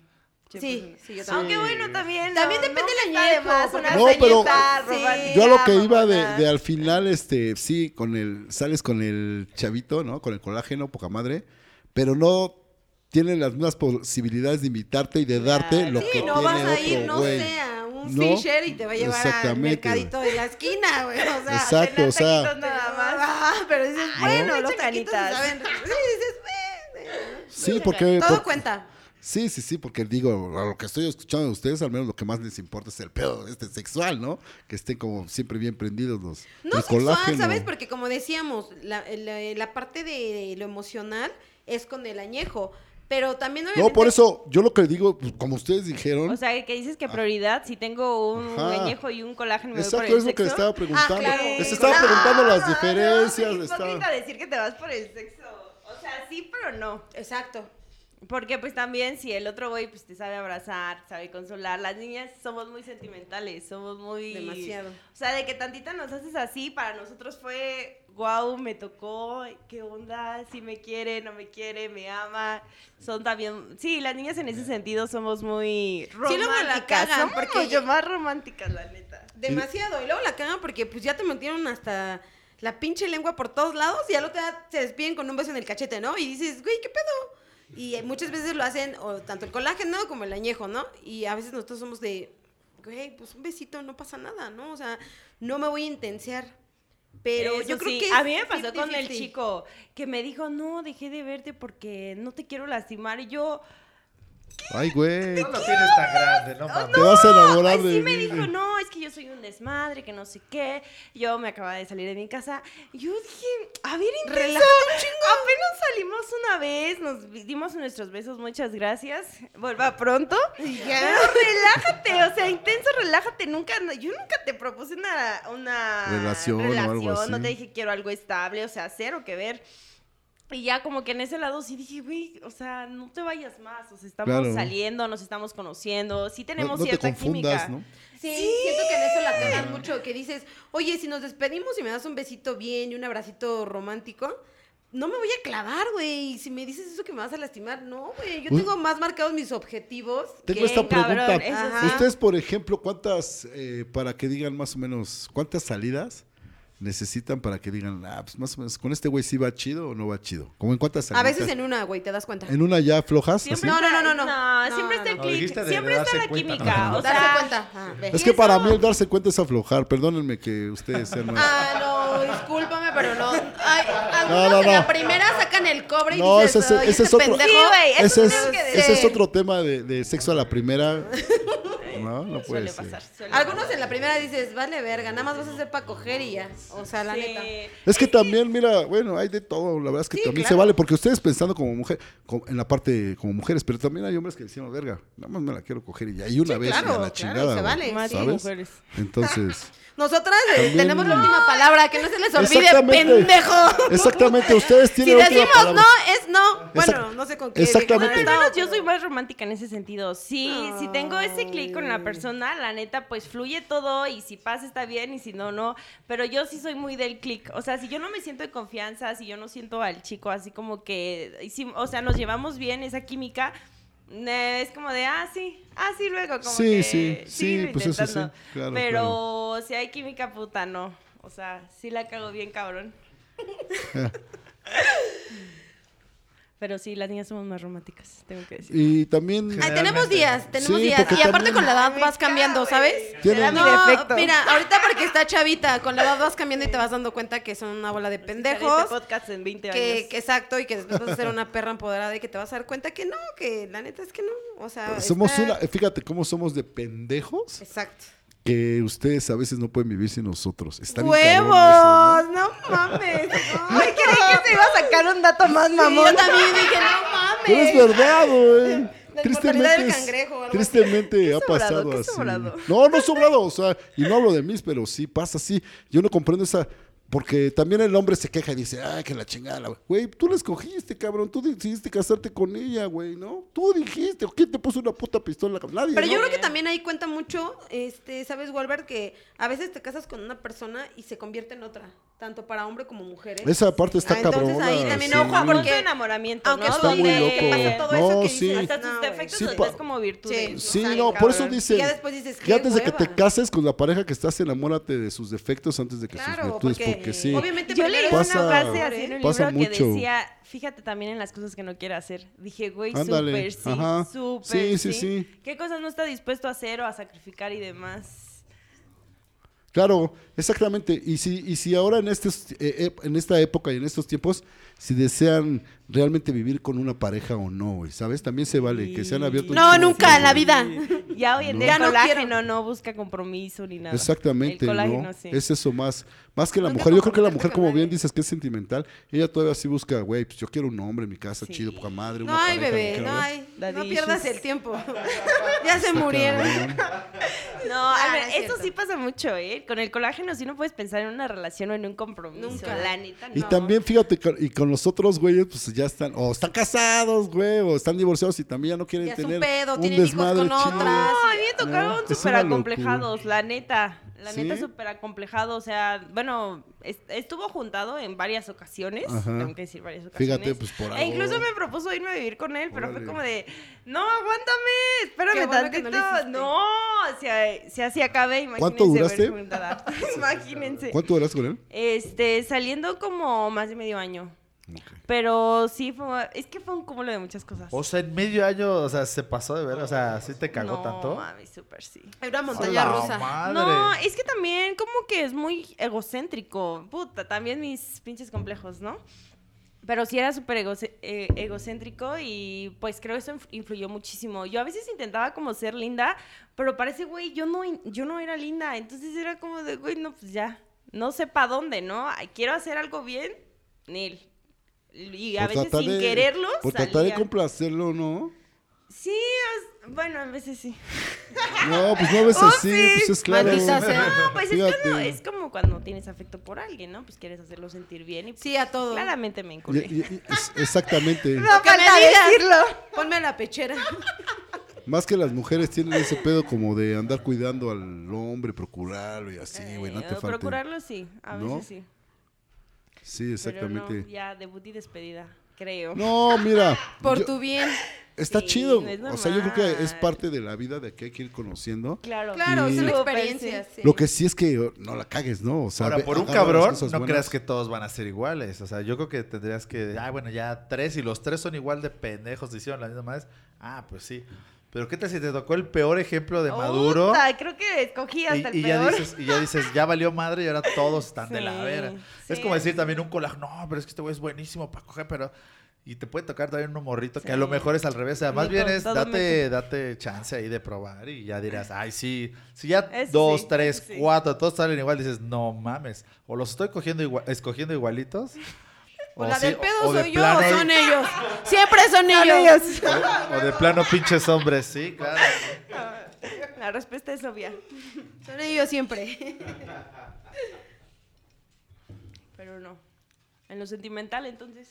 Sí, pues, sí, yo también.
Aunque bueno, también.
También depende
del
el añejo, porque-
No, pero-
Sí.
Yo a lo que iba de, de al final, este, sí, con el, sales con el chavito, ¿no? Con el colágeno, poca madre, pero no tiene las mismas posibilidades de invitarte y de darte
Claro.
lo
Sí,
que
no
tiene
vas a ir,
otro
no
güey.
sé, a un
¿No?
Fisher y te va a llevar al
Exactamente,
mercadito de la esquina, güey. O sea,
Exacto, o sea-
Nada más.
Ah, pero dices, bueno,
Ay,
los taquitos se
canitas.
saben. Sí, dices, "Bueno".
Sí, porque...
Todo
por-
cuenta.
Sí, sí, sí, porque digo, a lo que estoy escuchando de ustedes, al menos lo que más les importa es el pedo este sexual, ¿no? Que estén como siempre bien prendidos los
No
el
sexual,
colágeno.
¿sabes? Porque como decíamos, la, la- la parte de lo emocional es con el añejo. Pero también
No,
obviamente-
por eso, yo lo que digo, pues, como ustedes dijeron,
O sea, que dices que prioridad, si tengo un
Ajá.
añejo y un colágeno, me voy por
exacto,
el
es lo que les
sexo. Ah,
estaba preguntando.
claro.
Les estaba
Claro,
preguntando las
No,
diferencias.
No, es
estaba-
hipócrita decir que te vas por el sexo. O sea, sí, pero no.
Exacto.
Porque pues también si el otro güey pues te sabe abrazar, sabe consolar, las niñas somos muy sentimentales, somos muy...
Demasiado.
O sea, de que tantita nos haces así, para nosotros fue, wow, me tocó, qué onda, si me quiere, no me quiere, me ama. Son también... Sí, las niñas en ese sentido somos muy
luego la
románticas.
cagan,
somos
porque-
mucho más románticas, la neta.
Demasiado. Y luego la cagan porque pues ya te metieron hasta la pinche lengua por todos lados y al otro día se despiden con un beso en el cachete, ¿no? Y dices, güey, ¿qué pedo? Y eh, muchas veces lo hacen o tanto el colágeno como el añejo, ¿no? Y a veces nosotros somos de, güey, pues un besito, no pasa nada, ¿no? O sea, no me voy a intensear. Pero
Eso
yo creo
sí,
que.
A
es
mí me pasó con el
50-50.
chico que me dijo, no, dejé de verte porque no te quiero lastimar. Y yo,
Ay, güey.
No lo tienes tan grande, no mames.
Te vas a enamorar
Ay,
de
sí me
mí.
dijo, no, es que yo soy un desmadre, que no sé qué. Yo me acababa de salir de mi casa. Yo dije, a ver, intenso, apenas salimos una vez, nos dimos nuestros besos, muchas gracias. Vuelva pronto. Pero relájate, o sea, intenso, relájate. Nunca, yo nunca te propuse una, una
Relación o algo
relación, No
así.
te dije quiero algo estable, o sea, cero que ver. Y ya como que en ese lado sí dije, güey, o sea, no te vayas más, o sea, estamos
Claro.
saliendo, nos estamos conociendo, sí
No,
tenemos
no te
cierta
confundas,
química.
¿no?
Sí, siento que en eso la cagan mucho, que dices, oye, si nos despedimos y me das un besito bien y un abracito romántico, no me voy a clavar, güey. Y si me dices eso que me vas a lastimar, no, güey. Yo
Uy.
tengo más marcados mis objetivos.
Tengo
Qué
esta pregunta.
cabrón, eso
sí.
Ustedes, por ejemplo, ¿cuántas, eh, para que digan más o menos, cuántas salidas necesitan para que digan, ah, pues más o menos, con este güey sí va chido o no va chido? Como en cuántas
A
salidas.
veces en una, güey, te das cuenta.
¿En una ya flojas.
Siempre
así?
No, no, no, no, no.
No,
No,
siempre está
no,
el
no.
clic,
Dijiste de
siempre
darse
está la
cuenta,
química,
¿no?
o
Darse
sea,
cuenta. Ah, ve.
Es que
eso-
para mí el darse cuenta es aflojar. Perdónenme que ustedes sean más.
Ah, no, discúlpame, pero no. Ay, algunos
No, no,
en la
no.
primera sacan el cobre y
No,
dices,
ese es-
"Ay,
ese
este
es otro-
pendejo".
Sí, güey, eso
ese, es,
tengo que
ese es
decir.
otro tema de, de sexo a la primera. No, no puede
suele
ser.
pasar. suele
Algunos
pasar.
en Ah, la primera dices, vale verga, nada más vas a hacer para coger y ya. O sea, la
Sí.
neta.
Es que también, mira, bueno, hay de todo, la verdad es que
Sí,
también se
claro.
vale, porque ustedes pensando como mujer, como- en la parte como mujeres, pero también hay hombres que decían, verga, nada más me la quiero coger y ya, y una
Sí,
vez y
claro,
a la
claro,
chingada.
y se
güey,
vale, Más sí.
¿sabes?
mujeres.
Entonces,
Nosotras eh,
También-
tenemos la última palabra, que no se les olvide,
Exactamente.
pendejo.
exactamente, ustedes
Si
tienen la última
decimos
palabra.
no, es no. Bueno,
Exact-
no sé con qué.
exactamente.
dejamos
Bueno, Pues, al menos
estado,
yo soy
pero-
más romántica en ese sentido. Sí, si tengo ese clic con la persona, la neta, pues fluye todo y si pasa está bien y si no, no. Pero yo sí soy muy del clic. O sea, si yo no me siento de confianza, si yo no siento al chico así como que, y si- o sea, nos llevamos bien esa química. eh, es como de, ah, sí, ah, sí, luego. Como
Sí,
que,
sí, sí,
síguelo
pues eso sí,
intentando.
claro,
Pero
claro.
si hay química puta, no. O sea, sí la cago bien, cabrón. Pero sí, las niñas somos más románticas, tengo que decir.
Y también...
Ay, tenemos
Generalmente.
días, tenemos
Sí,
días.
porque
Y aparte
también-
con la edad
Ay,
vas
me
cambiando,
cabe.
¿sabes?
Tiene- Era mi
defecto.
mira, ahorita porque está chavita, con la edad vas cambiando y te vas dando cuenta que son una bola de
Escucharé
pendejos.
Este podcast en 20
que,
años.
que exacto, y que después vas a ser una perra empoderada y que te vas a dar cuenta que no, que la neta es que no. O sea,
Somos
está-
una, fíjate cómo somos de pendejos
Exacto.
que ustedes a veces no pueden vivir sin nosotros. Está bien cabrón
¡Huevos!
eso, ¿no?
¿no? mames!
Ay, creí que te iba a sacar un dato más,
mamón.
mamón.
yo también dije, no mames.
Pero es verdad, güey.
La inmortalidad
Tristemente,
del
es-
cangrejo o algo
tristemente ha
sobrado?
pasado
¿Qué
así.
sobrado?
No, no sobrado, o sea, y no hablo de mí, pero sí pasa así. Yo no comprendo esa. Porque también el hombre se queja y dice, ay, que la chingada, güey. Güey, tú la escogiste, cabrón. Tú decidiste casarte con ella, güey, ¿no? Tú dijiste, ¿quién te puso una puta pistola? en la cabeza? Nadie.
Pero
¿no?
yo creo que también ahí cuenta mucho, este, ¿sabes, Walbert? Que a veces te casas con una persona y se convierte en otra, tanto para hombre como mujer. ¿eh?
Esa parte está
Ah,
cabrón.
entonces ahí también,
No,
ojo,
Juan,
porque-
porque enamoramiento,
Aunque
¿no?
Está muy
Donde
loco.
pasa todo eso.
No,
que
sí.
dices,
Hasta sus
no, güey.
defectos
Sí,
los
pa-
ves como virtudes.
Sí.
¿no?
Sí,
Ay,
no, por eso
cabrón.
dice.
Y ya después dices,
ya
"Qué
antes de que te
hueva".
cases con la pareja que estás, enamórate de sus defectos antes de que sus
Claro,
virtudes, porque,
porque,
sí.
obviamente
Yo
primero
leí
es
Pasa-
una frase
¿eh?
así en un
Pasa
libro que
mucho.
decía, fíjate también en las cosas que no quiere hacer. Dije, güey,
Ándale,
súper sí,
ajá. Sí,
súper
sí, sí.
¿Qué cosas no está dispuesto a hacer o a sacrificar y demás?
Claro, exactamente. Y si, y si ahora en, estos, eh, eh, en esta época y en estos tiempos, si desean realmente vivir con una pareja o no, güey, ¿sabes? También se vale que sean abiertos.
No,
Sí.
nunca en la vida.
Ya hoy en
No.
día
Ya
el
no
colágeno
quiero.
no busca compromiso ni nada.
Exactamente,
El colágeno,
¿no?
sí.
Es eso más, más que la
Nunca
mujer. Yo creo que la
comprometerte
mujer,
con
como bien
nadie.
dices, que es sentimental, ella todavía sí busca, güey, pues yo quiero un hombre en mi casa,
Sí.
chido, poca madre,
No
una
hay,
pareja,
bebé,
quiero
no
ver.
hay. No
Daddy
pierdas
issues.
el tiempo. ya se murieron.
Cabrón.
No, a
Ah,
ver,
no es
eso
cierto.
sí pasa mucho, ¿eh? Con el colágeno sí no puedes pensar en una relación o en un compromiso.
Nunca.
La neta, no.
Y también, fíjate, con- y con los otros güeyes, pues ya están, o están casados, güey, o están divorciados y también ya no quieren
Ya es un
tener
pedo,
un
tienen hijos
desmadre
con
chido.
otras.
No, a mí me tocaron
Es
súper
una
acomplejados, la neta. La
¿Sí?
neta, súper acomplejado. O sea, bueno, est- estuvo juntado en varias ocasiones.
Ajá.
Tengo que decir varias ocasiones.
Fíjate, pues, por
E
algo.
incluso me propuso irme a vivir con él, pero
Órale.
fue como de, no, aguántame, espérame
Qué bueno que no
tantito.
lo hiciste.
no, si, a- si así acabé, imagínense.
¿Cuánto
ver
duraste?
juntada. imagínense.
¿Cuánto eras con él?
Este, saliendo como más de medio año.
Ok.
Pero sí, fue, es que fue un cúmulo de muchas cosas.
O sea, en medio año, o sea, se pasó de ver, o sea, sí te cagó
no,
tanto.
mami, súper sí.
Hay una
¡A
montaña
la
rusa.
madre!
No, es que también como que es muy egocéntrico. Puta, también mis pinches complejos, ¿no? Pero sí era súper egoce- eh, egocéntrico y pues creo que eso inf- influyó muchísimo. Yo a veces intentaba como ser linda, pero parece, güey, yo no, in- yo no era linda. Entonces era como de, güey, no, pues ya. No sé para dónde, ¿no? Ay, Quiero hacer algo bien, Nil. Y a
Por
veces
Pues tratar
sin
de-
quererlo
Por tratar de
salía.
complacerlo, ¿no?
Sí, o s- bueno, a veces sí.
No, pues no a veces sí,
Ups,
pues es claro.
maldita sea.
No, pues es, que
Fíjate.
uno- es como cuando tienes afecto por alguien, ¿no? Pues quieres hacerlo sentir bien y pues,
Sí, a todo.
claramente me
Y-
enculé.
y- y- es- exactamente.
No
Que me
falta
digas.
decirlo.
Ponme a la pechera.
Más que las mujeres tienen ese pedo como de andar cuidando al hombre, procurarlo y así, güey, no
Eh,
te falte.
Procurarlo sí, a
¿No?
veces sí.
Sí,
Pero no,
exactamente.
ya debut y despedida, creo.
No, mira.
Por
yo-
tu bien.
Está
Sí,
chido.
no es
o sea, yo creo que es
normal.
parte de la vida de que hay que ir conociendo.
Claro.
Claro,
Y-
son
Súper,
experiencias. sí.
Lo que sí es que oh, no la cagues, ¿no? O sea,
Ahora,
ve-
por un
agarra las
cabrón,
cosas
no
buenas.
creas que todos van a ser iguales. O sea, yo creo que tendrías que. Ah, bueno, ya tres y los tres son igual de pendejos, hicieron las mismas madres. Ah, pues sí. Pero ¿qué tal si te tocó el peor ejemplo de Maduro?
Puta, creo que escogí
Y,
hasta el
y ya
peor.
dices, y ya dices, ya valió madre y ahora todos están de la
Sí,
vera. Es
sí.
como decir también un colaje, no, pero es que este güey es buenísimo para coger, pero. Y te puede tocar también un morrito que a
Sí.
lo mejor es al revés. O sea,
Ni
más bien
con
es
todo
date,
me-
date chance ahí de probar y ya dirás, ay, sí. Si ya
Eso
dos,
sí,
tres,
eso sí.
cuatro, todos salen igual, dices, no mames. O los estoy cogiendo igua- escogiendo igualitos.
O la
sí,
del pedo
o de
soy yo
plano-
o son ellos. Siempre son ellos.
O de plano pinches hombres, sí, claro.
La respuesta es obvia.
Son ellos siempre.
Pero no. En lo sentimental, entonces.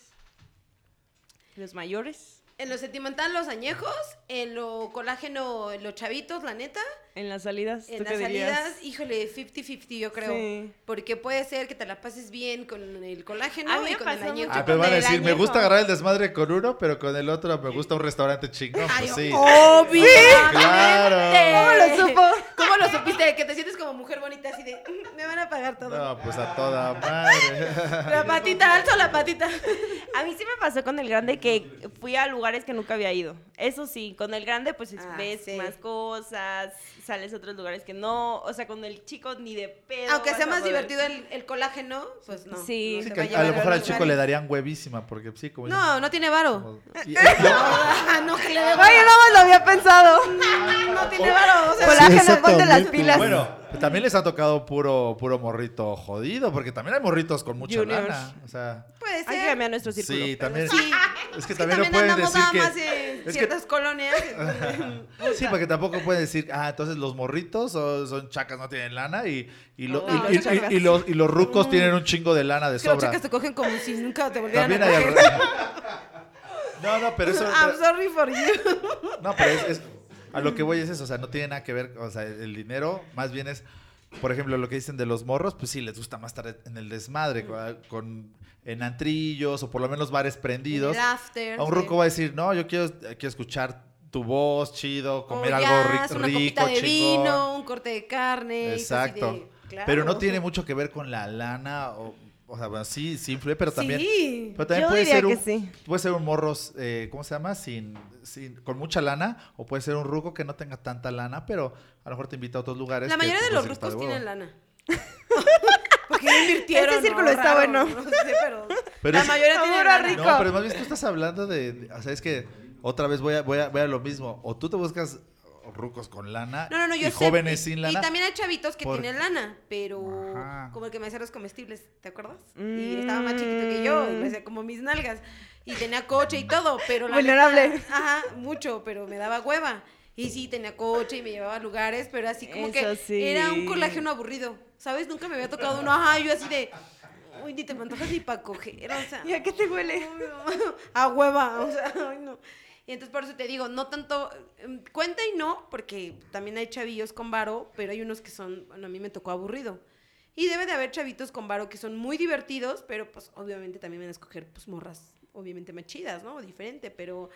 Los mayores.
En lo sentimental, los añejos. En lo colágeno, los chavitos, la neta.
En las salidas.
En
¿tú
las
qué dirías?
salidas, híjole, 50-50 yo creo.
Sí.
Porque puede ser que te la pases bien con el colágeno
A mí
y
me
con el
pasó
añejo.
Ah,
con
pero van a
el
decir, me
añejo.
gusta agarrar el desmadre con uno, pero con el otro me gusta un restaurante chingón.
Ay,
Pues sí.
oh,
Obvio.
Claro.
¿Cómo lo supo?
¿Cómo lo supiste? Que te sientes como mujer bonita así de, "Mm, me van a pagar todo.
No, pues a toda madre.
La patita, alzo la patita.
A mí sí me pasó con el grande que fui a lugares que nunca había ido. Eso sí, con el grande pues
Ah,
ves
sí.
más cosas, sales a otros lugares que no, o sea, con el chico ni de pedo.
Aunque
vas
sea
a
más
poder.
divertido el, el colágeno, pues no.
Sí.
no
Sí,
te
que
va
a
llevar
lo mejor al
los
chico
lugares.
le darían huevísima, porque sí, como...
No, no tiene varo.
Y- eh, y-
Ah, no, que le dé
Ay,
varo.
no lo había pensado.
No tiene varo. O sea,
Sí,
Colágeno, ponte las
exactamente.
pilas.
bueno, también les ha tocado puro, puro morrito jodido, porque también hay morritos con mucha
Juniors.
lana. O sea,
puede
Hay que
ser.
cambiar nuestro círculo.
sí, también.
Sí.
Es que
Es
también no pueden
anda
decir
moda
que...
más en
es que- Ah,
ciertas colonias. entonces,
Sí, porque tampoco pueden decir, ah, entonces los morritos son, son chacas, no tienen lana, y, y, lo-
No,
y- y-
los chacas.
y- y los, y los rucos tienen un chingo de lana de
Es que los
sobra.
chicas te cogen como si nunca te volvieran
También
a
hay
coger.
al No, no, pero eso...
I'm
pero-
sorry for you.
No, pero es, es- a lo que voy es eso, o sea, no tiene nada que ver, o sea, el dinero más bien es, por ejemplo, lo que dicen de los morros, pues sí, les gusta más estar en el
Mm.
desmadre, con, con- en antrillos o por lo menos bares prendidos.
El after,
A un
sí.
ruco va a decir, no, yo quiero, quiero escuchar tu voz, chido, comer
O
algo ri-
jazz,
rico,
una copita de
chingón.
vino, un corte de carne. y cosas así
Exacto.
de- claro.
Pero no tiene mucho que ver con la lana, o, o sea, bueno, sí, sí influye, pero también...
Sí.
Pero también
Yo
puede
diría
ser,
que
un,
sí.
puede ser un morros, eh, ¿cómo se llama? Sin, sin, con mucha lana, o puede ser un ruco que no tenga tanta lana, pero a lo mejor te invita a otros lugares.
La
que,
mayoría de
pues,
los
sí está
rucos
huevo.
tienen lana. Porque ya invirtieron.
Este círculo está bueno.
No sé, pero.
Pero
la
es-
mayoría
Seguro
tiene lana.
rico.
No, pero más bien tú estás hablando de, de- o sea, es que otra vez voy a, voy a, voy a lo mismo. O tú te buscas rucos con lana
No, no, no, yo
y
sé,
jóvenes
y-
sin lana.
Y también hay chavitos que
Porque-
tienen lana, pero
Ajá.
como el que me hacía los comestibles, ¿te acuerdas?
Mm.
Y estaba más chiquito que yo, y me hacía como mis nalgas. Y tenía coche y todo, pero la
Vulnerable.
neta, ajá, mucho, pero me daba hueva. Y sí, tenía coche y me llevaba a lugares, pero así como que
Eso sí.
era un colágeno aburrido. ¿Sabes? Nunca me había tocado uno, ajá, yo así de, uy, ni te me antojas ni para coger, o sea.
¿Y a qué te huele?
a hueva, o sea, ay, no. Y entonces por eso te digo, no tanto, em, cuenta y no, porque también hay chavillos con varo, pero hay unos que son, bueno, a mí me tocó aburrido. Y debe de haber chavitos con varo que son muy divertidos, pero pues obviamente también van a escoger pues morras, obviamente más chidas, ¿no? Diferente, pero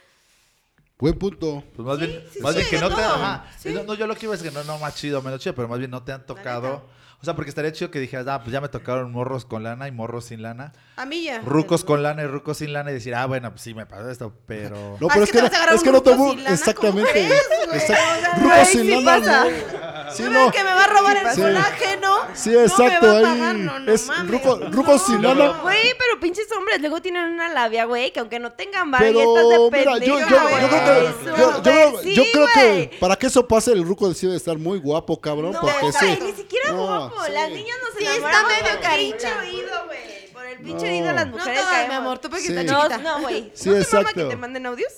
Buen punto.
Pues más
Sí,
bien,
sí,
más
sí,
bien que
de
no te.
todo.
ajá.
Sí.
No, no, yo lo que iba es que no, no, más chido, menos chido, pero más bien no te han tocado. O sea, porque estaría chido que dijeras, ah, pues ya me tocaron morros con lana y morros sin lana.
A mí ya.
Rucos con lana y rucos sin lana y decir, ah, bueno, pues sí me pasó esto, pero.
No,
Ah,
pero es
es que
que,
te vas a
no,
agarrar
es
un
que no
ruco
te
sin
bu-
lana, ¿cómo
Exactamente.
crees, güey? O sea,
Exact-
ahí
Ruco
sí
sin lana,
pasa.
no. Sí,
Yo
no.
creo que me va a robar el
Sí.
colágeno.
Sí, exacto,
No me va a
ahí
pagar, no, no
es
mames.
ruco- ruco sin
lana.
no.
Güey, pero pinches hombres luego tienen una labia, güey, que aunque no tengan vara
Pero
y estás de
mira, yo, yo,
pendejo,
yo creo
güey.
que, yo, yo
Súper
creo- yo
sí,
creo
güey.
que para que eso pase el ruco decide estar muy guapo, cabrón,
No,
porque
güey,
sí.
ni siquiera
No,
guapo.
sí.
Las niñas no se
Sí, está
enamoran por
medio
el
carita.
pinche oído, güey. Por el pinche
No.
oído las
No
mujeres
todas,
caemos.
mi amor, tú porque
Sí.
estás
No,
chiquita.
no, güey.
Sí,
¿No te mama
exacto.
que te manden audios?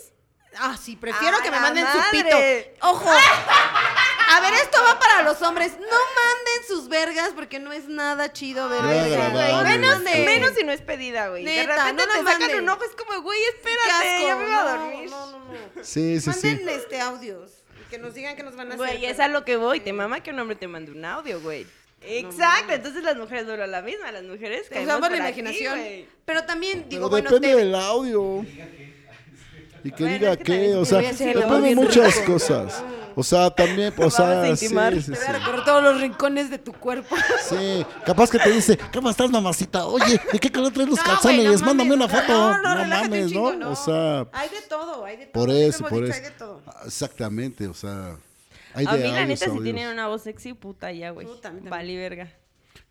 Ah, sí, prefiero
Ah,
que me
la
manden su pito.
madre.
Ojo. A ver, esto va para los hombres. No manden sus vergas porque no es nada chido ver
Ay,
vergas.
güey, Nada agradable.
menos,
agradable.
menos si no es pedida, güey. De
Neta,
repente
no
te
las
sacan
manden.
un ojo, es como, güey,
Qué
espérate,
asco.
ya me iba a
No,
dormir.
No, no, no.
Sí, sí, sí.
Manden este audios. y Que nos digan que nos van a hacer.
Güey, es a lo que voy. Te mama que un hombre te mande un audio, güey. Exacto, entonces las mujeres vuelven a la misma, las mujeres
Te
caemos
usamos la
por aquí,
imaginación.
güey.
pero también, digo,
Pero
bueno,
depende
te-
del audio. Y que
Bueno,
diga
es que
qué,
también
o
se
sea,
podría ser
depende de
algo bien
muchas
rico.
cosas. O sea, también, o
Vamos a
sea, sí,
intimar.
sí, sí.
te voy a recorrer todos los rincones de tu cuerpo.
Sí, capaz que te dice, ¿cómo estás, mamacita? Oye, ¿de qué color traes los
No,
calzones?
güey, no
Mándame una
mames.
foto. No,
No, no, relájate un
mames,
chingo,
¿no?
no.
O sea,
Hay de todo, hay de todo.
por
siempre
eso,
hemos
por eso. Ah,
dicho, Hay de todo.
Exactamente, o sea, hay de
a mí, la
audios,
neta, si
audios.
tienen una voz sexy, puta ya, güey.
Puta, a mí también.
Vali verga.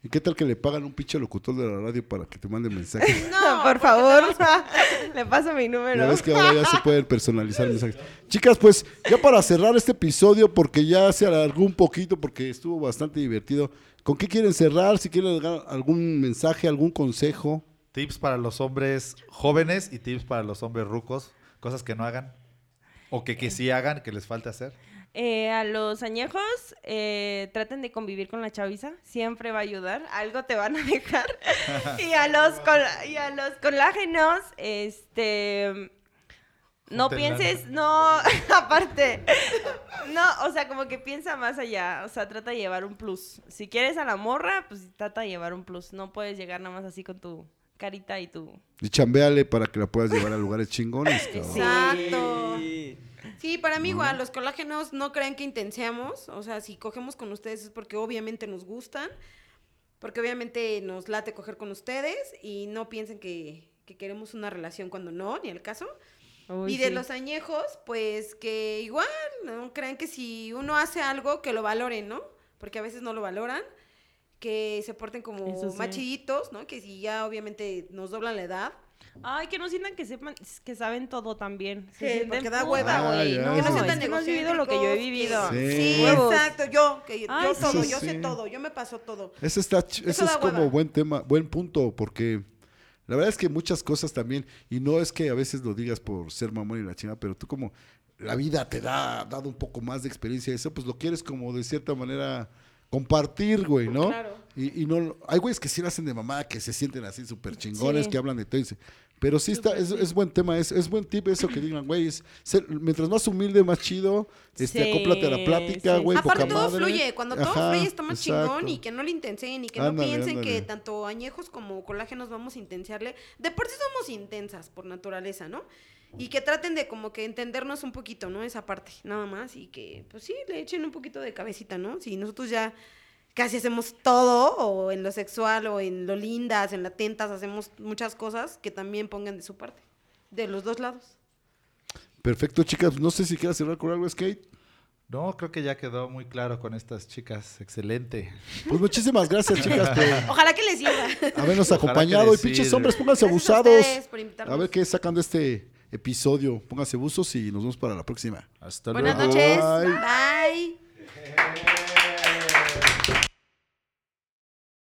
¿Y qué tal que le pagan un pinche locutor de la radio para que te mande mensajes?
No,
por
porque
favor, le paso mi
Ya
número.
ves que ahora ya se pueden personalizar mensajes. Chicas, pues ya para cerrar este episodio, porque ya se alargó un poquito, porque estuvo bastante divertido. ¿Con qué quieren cerrar? Si quieren dar algún mensaje, algún consejo.
Tips para los hombres jóvenes y tips para los hombres rucos. Cosas que no hagan. O que, que sí hagan, que les falte hacer.
Eh, a los añejos, eh, traten de convivir con la chaviza, siempre va a ayudar, algo te van a dejar. y, a los col- y a los colágenos, este... No
Junten lana.
pienses, no, aparte, no, o sea, como que piensa más allá, o sea, trata de llevar un plus. Si quieres a la morra, pues trata de llevar un plus, no puedes llegar nada más así con tu carita y tu...
Y chambeale para que la puedas llevar a lugares chingones, cabrón.
Exacto. Sí, para mí igual, los colágenos no crean que intenseamos, o sea, si cogemos con ustedes es porque obviamente nos gustan, porque obviamente nos late coger con ustedes y no piensen que, que queremos una relación cuando no, ni al caso.
Uy,
y de
sí.
los añejos, pues que igual, no crean que si uno hace algo que lo valoren, ¿no? Porque a veces no lo valoran, que se porten como
Eso sí.
más chiditos, ¿no? Que si ya obviamente nos doblan la edad,
Ay, que no sientan que sepan, que saben todo también. Se
Sí,
sienten
porque da
puta,
hueva.
güey.
Ah, ya.
No,
que no
es
sean tan
es que no has vivido lo que yo he vivido.
que-
Sí,
Sí.
Huevos.
exacto, yo, que
Ay,
yo
sí.
todo,
Eso
yo sé
sí.
todo, yo me paso todo.
Eso está, ch- eso
da
es como
hueva.
buen tema, buen punto, porque la verdad es que muchas cosas también, y no es que a veces lo digas por ser mamón y la chingada, pero tú como la vida te da ha dado un poco más de experiencia y eso, pues lo quieres como de cierta manera compartir, güey, ¿no?
Claro.
Y, y no, hay güeyes que sí lo hacen de mamá, que se sienten así súper chingones,
Sí.
que hablan de todo. y se- pero sí está, es, es buen tema, es, es buen tip eso que digan, güey, es ser- mientras más humilde, más chido, este,
Sí,
acóplate a la plática,
sí, sí.
güey,
Aparte
poca
todo
madre.
fluye, cuando todo
Ajá,
fluye está más
exacto.
chingón y que no le intensen y que no
Ándale,
piensen que
ándale.
tanto añejos como colágenos vamos a intensearle. De por sí somos intensas por naturaleza, ¿no? Y que traten de como que entendernos un poquito, ¿no? Esa parte, nada más. Y que, pues sí, le echen un poquito de cabecita, ¿no? Si nosotros ya casi hacemos todo, o en lo sexual, o en lo lindas, en la tentas, hacemos muchas cosas que también pongan de su parte, de los dos lados.
Perfecto, chicas. No sé si quieras cerrar con algo, Skate.
No, creo que ya quedó muy claro con estas chicas. Excelente.
Pues muchísimas gracias, chicas, por
Ojalá que les sirva.
habernos
Ojalá
acompañado.
que
Y
les
pinches
sirva.
hombres, pónganse
Gracias a
abusados.
ustedes por invitarnos.
A ver qué sacan de este episodio. Pónganse buzos y nos vemos para la próxima.
Hasta
Buenas
luego.
noches.
Bye.
Bye.